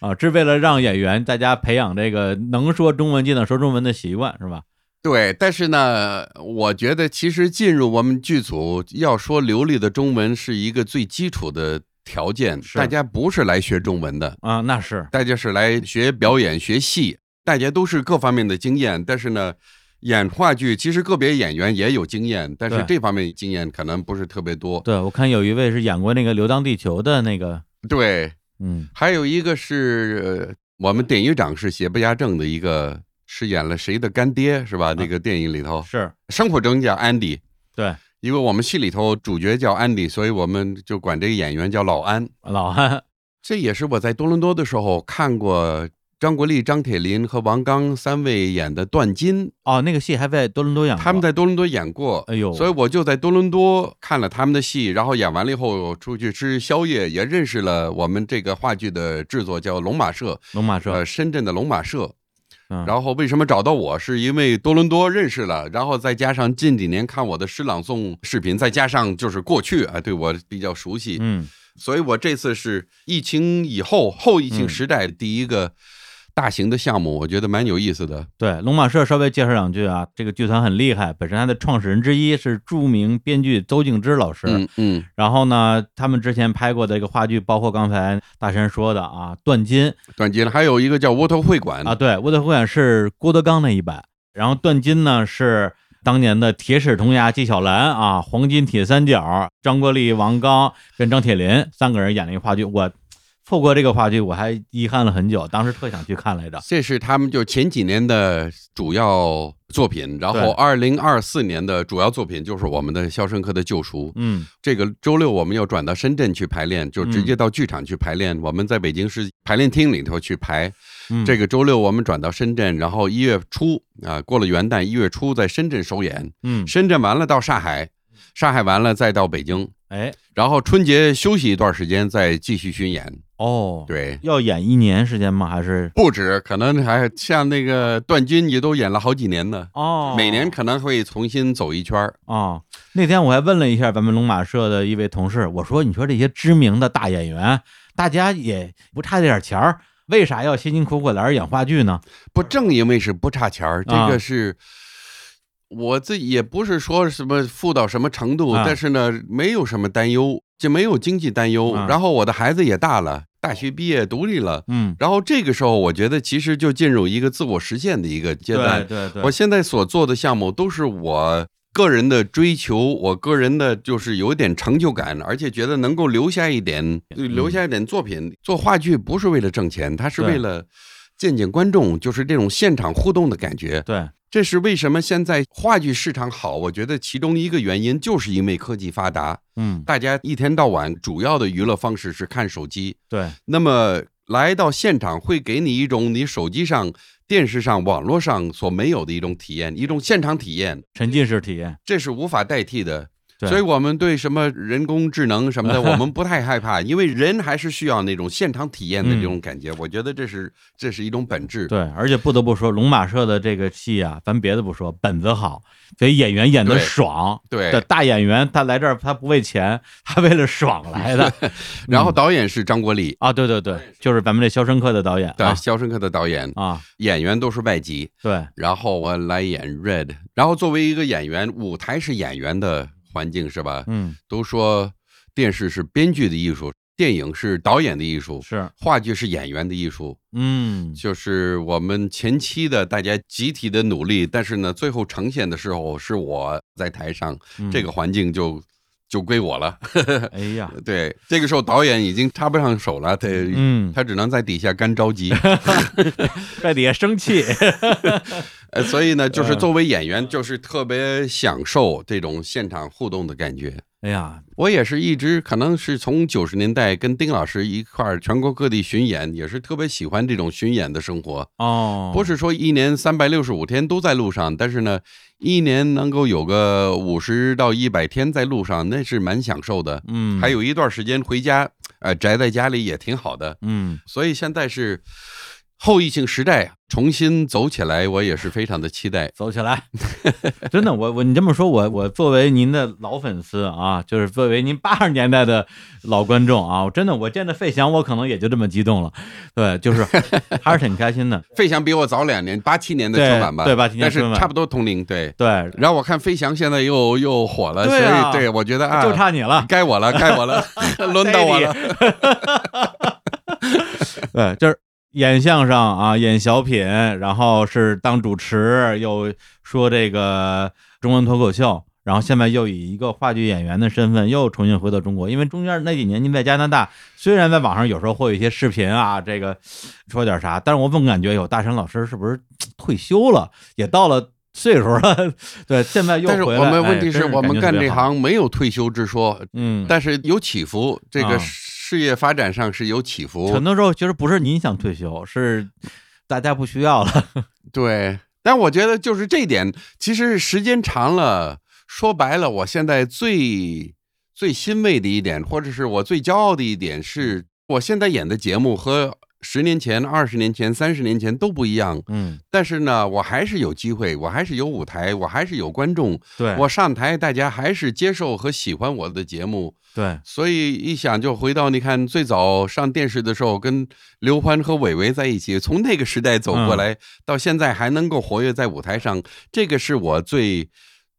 S1: 啊，是为了让演员大家培养这个能说中文、尽量说中文的习惯，是吧？
S2: 对，但是呢，我觉得其实进入我们剧组，要说流利的中文是一个最基础的条件。
S1: 是
S2: 大家不是来学中文的，
S1: 啊，那是，
S2: 大家是来学表演、学戏，大家都是各方面的经验。但是呢，演话剧其实个别演员也有经验，但是
S1: 对
S2: 这方面经验可能不是特别多。
S1: 对我看有一位是演过那个《流浪地球》的那个，
S2: 对，
S1: 嗯，
S2: 还有一个是、呃、我们典狱长是邪不压正的一个，饰演了谁的干爹是
S1: 啊
S2: 吧？那个电影里头，
S1: 是
S2: 生活中叫安迪。
S1: 对
S2: 因为我们戏里头主角叫安迪，所以我们就管这个演员叫老安。
S1: 老汉，
S2: 这也是我在多伦多的时候看过张国立、张铁林和王刚三位演的《断金》，
S1: 哦，那个戏还在多伦多演过，
S2: 他们在多伦多演过，
S1: 哎呦，
S2: 所以我就在多伦多看了他们的戏，然后演完了以后出去吃宵夜，也认识了我们这个话剧的制作叫龙马社，
S1: 龙马社，
S2: 呃，深圳的龙马社。
S1: 嗯
S2: 然后为什么找到我，是因为多伦多认识了，然后再加上近几年看我的诗朗诵视频，再加上就是过去啊对我比较熟悉，
S1: 嗯
S2: 所以我这次是疫情以后后疫情时代
S1: 嗯
S2: 第一个大型的项目，我觉得蛮有意思的。
S1: 对，龙马社稍微介绍两句啊，这个剧团很厉害，本身它的创始人之一是著名编剧邹静之老师，
S2: 嗯嗯，
S1: 然后呢，他们之前拍过的一个话剧，包括刚才大神说的啊，《断金》
S2: 短期了，还有一个叫窝头会馆
S1: 啊，对，《沃德会馆》是郭德纲那一版，然后《断金呢》是当年的铁齿铜牙纪晓岚啊，黄金铁三角，张国立、王刚跟张铁林三个人演了一个话剧，我。错过这个话剧，我还遗憾了很久，当时特想去看来着。
S2: 这是他们就前几年的主要作品，然后二零二四年的主要作品就是我们的《肖申克的救赎》。
S1: 嗯，
S2: 这个周六我们要转到深圳去排练，就直接到剧场去排练。我们在北京市排练厅里头去排。
S1: 嗯
S2: 这个周六我们转到深圳，然后一月初啊，过了元旦一月初在深圳首演，
S1: 嗯，
S2: 深圳完了到上海，上海完了再到北京，
S1: 哎，
S2: 然后春节休息一段时间再继续巡演。
S1: 哦，，
S2: 对。
S1: 要演一年时间吗？还是
S2: 不止，可能还像那个段军也都演了好几年呢。
S1: 哦，
S2: 每年可能会重新走一圈儿。
S1: 哦，那天我还问了一下咱们龙马社的一位同事，我说：“你说这些知名的大演员，大家也不差这点钱儿，为啥要辛辛苦苦来这儿演话剧呢
S2: 不正因为是不差钱儿，
S1: 嗯
S2: 这
S1: 啊
S2: 个是。我自己也不是说什么富到什么程度，
S1: 啊
S2: 但是呢，没有什么担忧，就没有经济担忧。
S1: 啊
S2: 然后我的孩子也大了，大学毕业独立了？”，
S1: 嗯，
S2: 然后这个时候，我觉得其实就进入一个自我实现的一个阶段。
S1: 对对
S2: 我现在所做的项目都是我个人的追求，我个人的就是有点成就感，而且觉得能够留下一点，留下一点作品。做话剧不是为了挣钱，它是
S1: 对
S2: 为了见见观众，就是这种现场互动的感觉。
S1: 对，
S2: 这是为什么现在话剧市场好？我觉得其中一个原因就是因为科技发达，
S1: 嗯，
S2: 大家一天到晚主要的娱乐方式是看手机。
S1: 对，
S2: 那么来到现场会给你一种你手机上、电视上、网络上所没有的一种体验，一种现场体验，
S1: 沉浸式体验，
S2: 这是无法代替的。
S1: 对
S2: 所以我们对什么人工智能什么的，我们不太害怕，因为人还是需要那种现场体验的这种感觉。我觉得这是这是一种本质。
S1: 嗯对，而且不得不说，龙马社的这个戏啊，咱别的不说，本子好，所以演员演的
S2: 对
S1: 爽。
S2: 对
S1: 对，大演员他来这儿，他不为钱，他为了爽来 的嗯
S2: 然后导演是张国立，
S1: 啊！对对对，就是咱们这《肖申克》的导演
S2: 对，
S1: 啊
S2: 《肖申克》的导演，
S1: 啊，
S2: 演员都是外籍。
S1: 对，
S2: 然后我来演 Red，然后作为一个演员，舞台是演员的环境是吧？
S1: 嗯，
S2: 都说电视是编剧的艺术，电影是导演的艺术，
S1: 是，
S2: 话剧是演员的艺术。
S1: 嗯，
S2: 就是我们前期的大家集体的努力，但是呢，最后呈现的时候是我在台上，
S1: 嗯
S2: 这个呃环境就就归我了。
S1: 哎呀，
S2: 对，这个时候导演已经插不上手了，他
S1: 嗯，
S2: 他只能在底下干 着急。
S1: 在底下生 气，
S2: 呃，所以呢，
S1: 嗯
S2: 就是作为演员，就是特别享受这种现场互动的感觉。
S1: 哎呀，
S2: 我也是一直可能是从九十年代跟丁老师一块儿全国各地巡演，也是特别喜欢这种巡演的生活。
S1: 哦，
S2: 不是说一年三百六十五天都在路上，但是呢，一年能够有个五十到一百天在路上，那是蛮享受的。
S1: 嗯，
S2: 还，有一段时间回家，呃，宅在家里也挺好的。
S1: 嗯，
S2: 所以现在是后疫情时代重新走起来，我也是非常的期待。
S1: 走起 来，真的，我我你这么说，我我作为您的老粉丝啊，就是作为您八十年代的老观众啊，我真的我见着费翔，我可能也就这么激动了，对， 就是还是挺开心的，
S2: 费翔比我早两年，八七年的
S1: 对
S2: 春晚吧，
S1: 对87年
S2: 但是
S1: 春晚
S2: 差不多同龄，对。
S1: 对，
S2: 然后我看飞翔现在又又火了，
S1: 对啊
S2: 所以对我觉得啊，
S1: 就差你了。
S2: 该我了，该我了， 轮到我了。
S1: 对，呃就是演相声啊，演小品，然后是当主持，又说这个中文脱口秀，然后现在又以一个话剧演员的身份又重新回到中国。因为中间那几年您在加拿大，虽然在网上有时候会有一些视频啊，这个说点啥，但是我总感觉有大神老师是不是退休了，也到了。岁数了， 对，现在又
S2: 但是
S1: 回来。
S2: 我们问
S1: 哎
S2: 题
S1: 真是
S2: 我
S1: 感
S2: 们
S1: 觉
S2: 干
S1: 特别
S2: 这
S1: 好，
S2: 行没有退休之说，
S1: 嗯，
S2: 但是有起伏，这
S1: 啊
S2: 个事业发展上是有起伏
S1: 很。多时候其实不是您想退休，是大家不需要了。
S2: 对，但我觉得就是这一点，其实时间长了，说白了，我现在最最欣慰的一点，或者是我最骄傲的一点，是我现在演的节目和十年前、二十年前、三十年前都不一样。
S1: 嗯，
S2: 但是呢，我还是有机会，我还是有舞台，我还是有观众，
S1: 对，
S2: 我上台，大家还是接受和喜欢我的节目。
S1: 对
S2: 所以一想就回到你看最早上电视的时候，跟刘欢和伟伟在一起，从那个时代走
S1: 嗯
S2: 过来，到现在还能够活跃在舞台上，这个是我最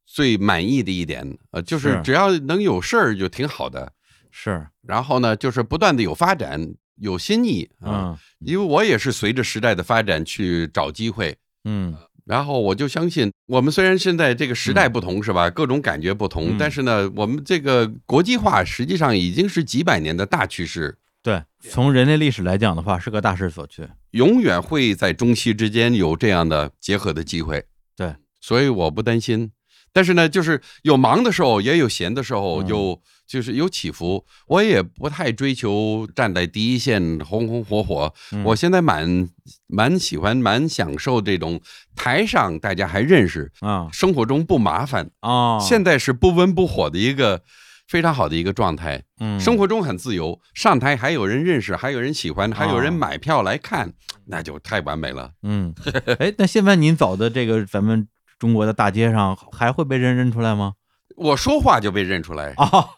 S2: 最满意的一点。呃，就是
S1: 是
S2: 只要能有事儿就挺好的。
S1: 是，
S2: 然后呢，就是不断的有发展，有新意啊。
S1: 嗯
S2: 因为我也是随着时代的发展去找机会，
S1: 嗯
S2: 然后我就相信，我们虽然现在这个时代不同，是吧？各种感觉不同，
S1: 嗯
S2: 但是呢，我们这个国际化实际上已经是几百年的大趋势，
S1: 对，从人类历史来讲的话，是个大势所趋。
S2: 永远会在中西之间有这样的结合的机会。
S1: 对，
S2: 所以我不担心。但是呢，就是有忙的时候，也有闲的时候，
S1: 嗯
S2: 有就是有起伏。我也不太追求站在第一线红红火火。
S1: 嗯
S2: 我现在蛮蛮喜欢、蛮享受这种台上大家还认识，
S1: 啊
S2: 生活中不麻烦。
S1: 啊，
S2: 现在是不温不火的一个非常好的一个状态，
S1: 嗯
S2: 生活中很自由，上台还有人认识，还有人喜
S1: 啊
S2: 欢，还有人买票来看，那就太完美了。
S1: 嗯，哎，那现在您走的这个咱们中国的大街上，还会被人认出来吗？
S2: 我说话就被认出来，
S1: 啊，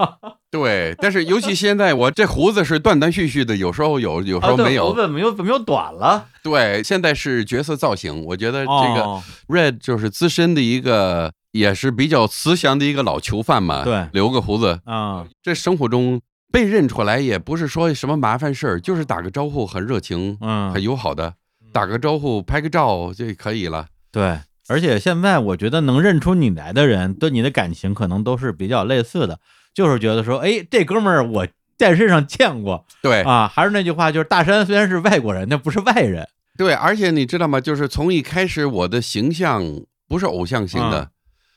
S2: 对，但是尤其现在我这胡子是断断续续的，有时候 有，有时
S1: 啊
S2: 候没有。
S1: 哦怎么又怎么又短了？
S2: 对，现在是角色造型，我觉 得这个
S1: 哦，
S2: Red 就是资深的一个，也是比较慈祥的一个老囚犯嘛，
S1: 对
S2: 留个胡子，
S1: 啊，
S2: 这生活中被认出来也不是说什么麻烦事儿，就是打个招呼很热情，
S1: 嗯
S2: 很友好的，打个招呼、拍个照就可以了。
S1: 对，而且现在我觉得能认出你来的人，对你的感情可能都是比较类似的，就是觉得说，哎，这哥们儿我电视上见过
S2: 对
S1: 啊。还是那句话，就是大山虽然是外国人，但不是外人。
S2: 对，而且你知道吗？就是从一开始我的形象不是偶像型
S1: 嗯
S2: 的，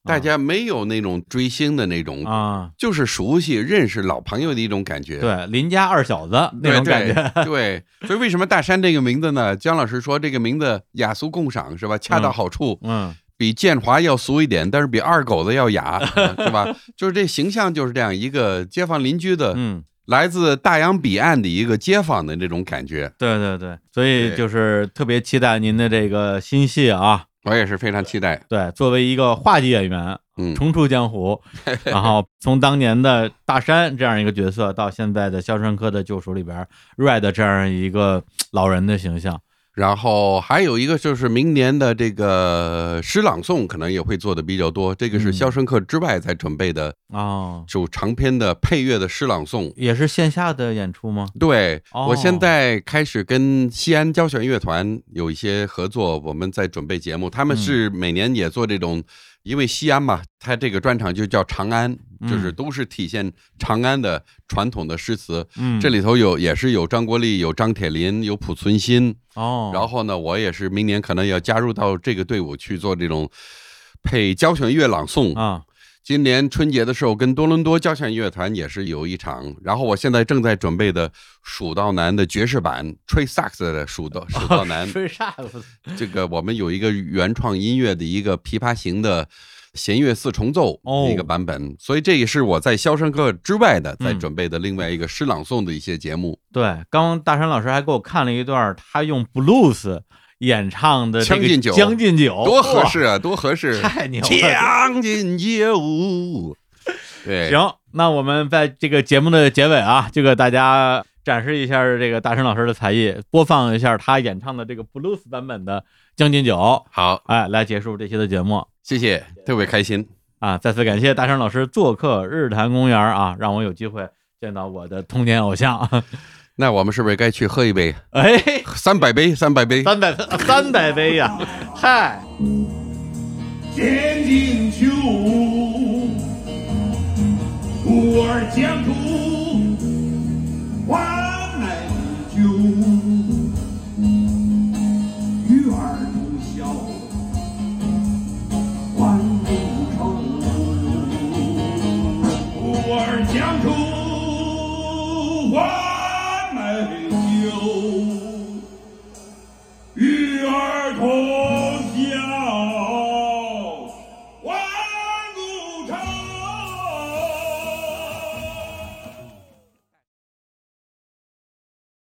S2: 大家没有那种追星的那种，
S1: 啊，
S2: 就是熟悉、认识老朋友的一种感觉。
S1: 对，邻家二小子那
S2: 对
S1: 种感觉。
S2: 对 对，所以为什么大山这个名字呢？姜老师说这个名字雅俗共赏是吧？恰到
S1: 嗯
S2: 好处。
S1: 嗯，
S2: 比建华要俗一点，但是比二狗子 要雅，是吧？就是这形象就是这样一个街坊邻居的，
S1: 嗯，
S2: 来自大洋彼岸的一个街坊的那种感觉。
S1: 对对对，所以
S2: 对
S1: 就是特别期待您的这个新戏啊。
S2: 我也是非常期待。
S1: 对，作为一个话剧演员，
S2: 嗯，
S1: 重出江 湖，然后从当年的大山这样一个角色，到现在的《肖申克的救赎》里边 Red 这样一个老人的形象，
S2: 然后还有一个就是明年的这个诗朗诵可能也会做的比较多，这个是
S1: 嗯
S2: 《肖申克之外》在准备的，
S1: 哦，
S2: 就长篇的配乐的诗朗诵。
S1: 也是线下的演出吗？
S2: 对，
S1: 哦
S2: 我现在开始跟西安交响乐团有一些合作，我们在准备节目。他们是
S1: 嗯
S2: 每年也做这种，因为西安嘛，它这个专场就叫长安，就是
S1: 嗯
S2: 都是体现长安的传统的诗词。
S1: 嗯，
S2: 这里头有也是有张国立、有张铁林、有濮存昕。
S1: 哦，
S2: 然后呢，我也是明年可能要加入到这个队伍去做这种配交响乐朗诵。
S1: 啊，
S2: 今年春节的时候，跟多伦多交响乐团也是有一场，然后我现在正在准备的《蜀道难》的爵士版，吹萨克斯的《蜀 道蜀道难》
S1: 吹啥呀？我
S2: 这个我们有一个原创音乐的一个琵琶行的弦乐四重奏
S1: 哦
S2: 一个版本，所以这也是我在《肖申克》之外的在
S1: 嗯
S2: 准备的另外一个诗朗诵的一些节目，
S1: 对，刚刚大山老师还给我看了一段他用 blues 演唱的这个
S2: 《将进酒
S1: 将进酒》，
S2: 多合适啊，多合适
S1: 哇，！哦太牛了！
S2: 将进酒， 对，
S1: 行，那我们在这个节目的结尾啊，就给大家展示一下这个大山老师的才艺，播放一下他演唱的这个 blues 版本的《将进酒》，
S2: 好，
S1: 哎，来结束这期的节目
S2: 谢谢，特别开心。
S1: 啊！再次感谢大山老师做客日坛公园啊，让我有机会见到我的童年偶像。
S2: 那我们是不是该去喝一杯？
S1: 哎，
S2: 三百杯，三百杯。
S1: 三百三百杯呀、嗨。
S3: 天津酒，故而江湖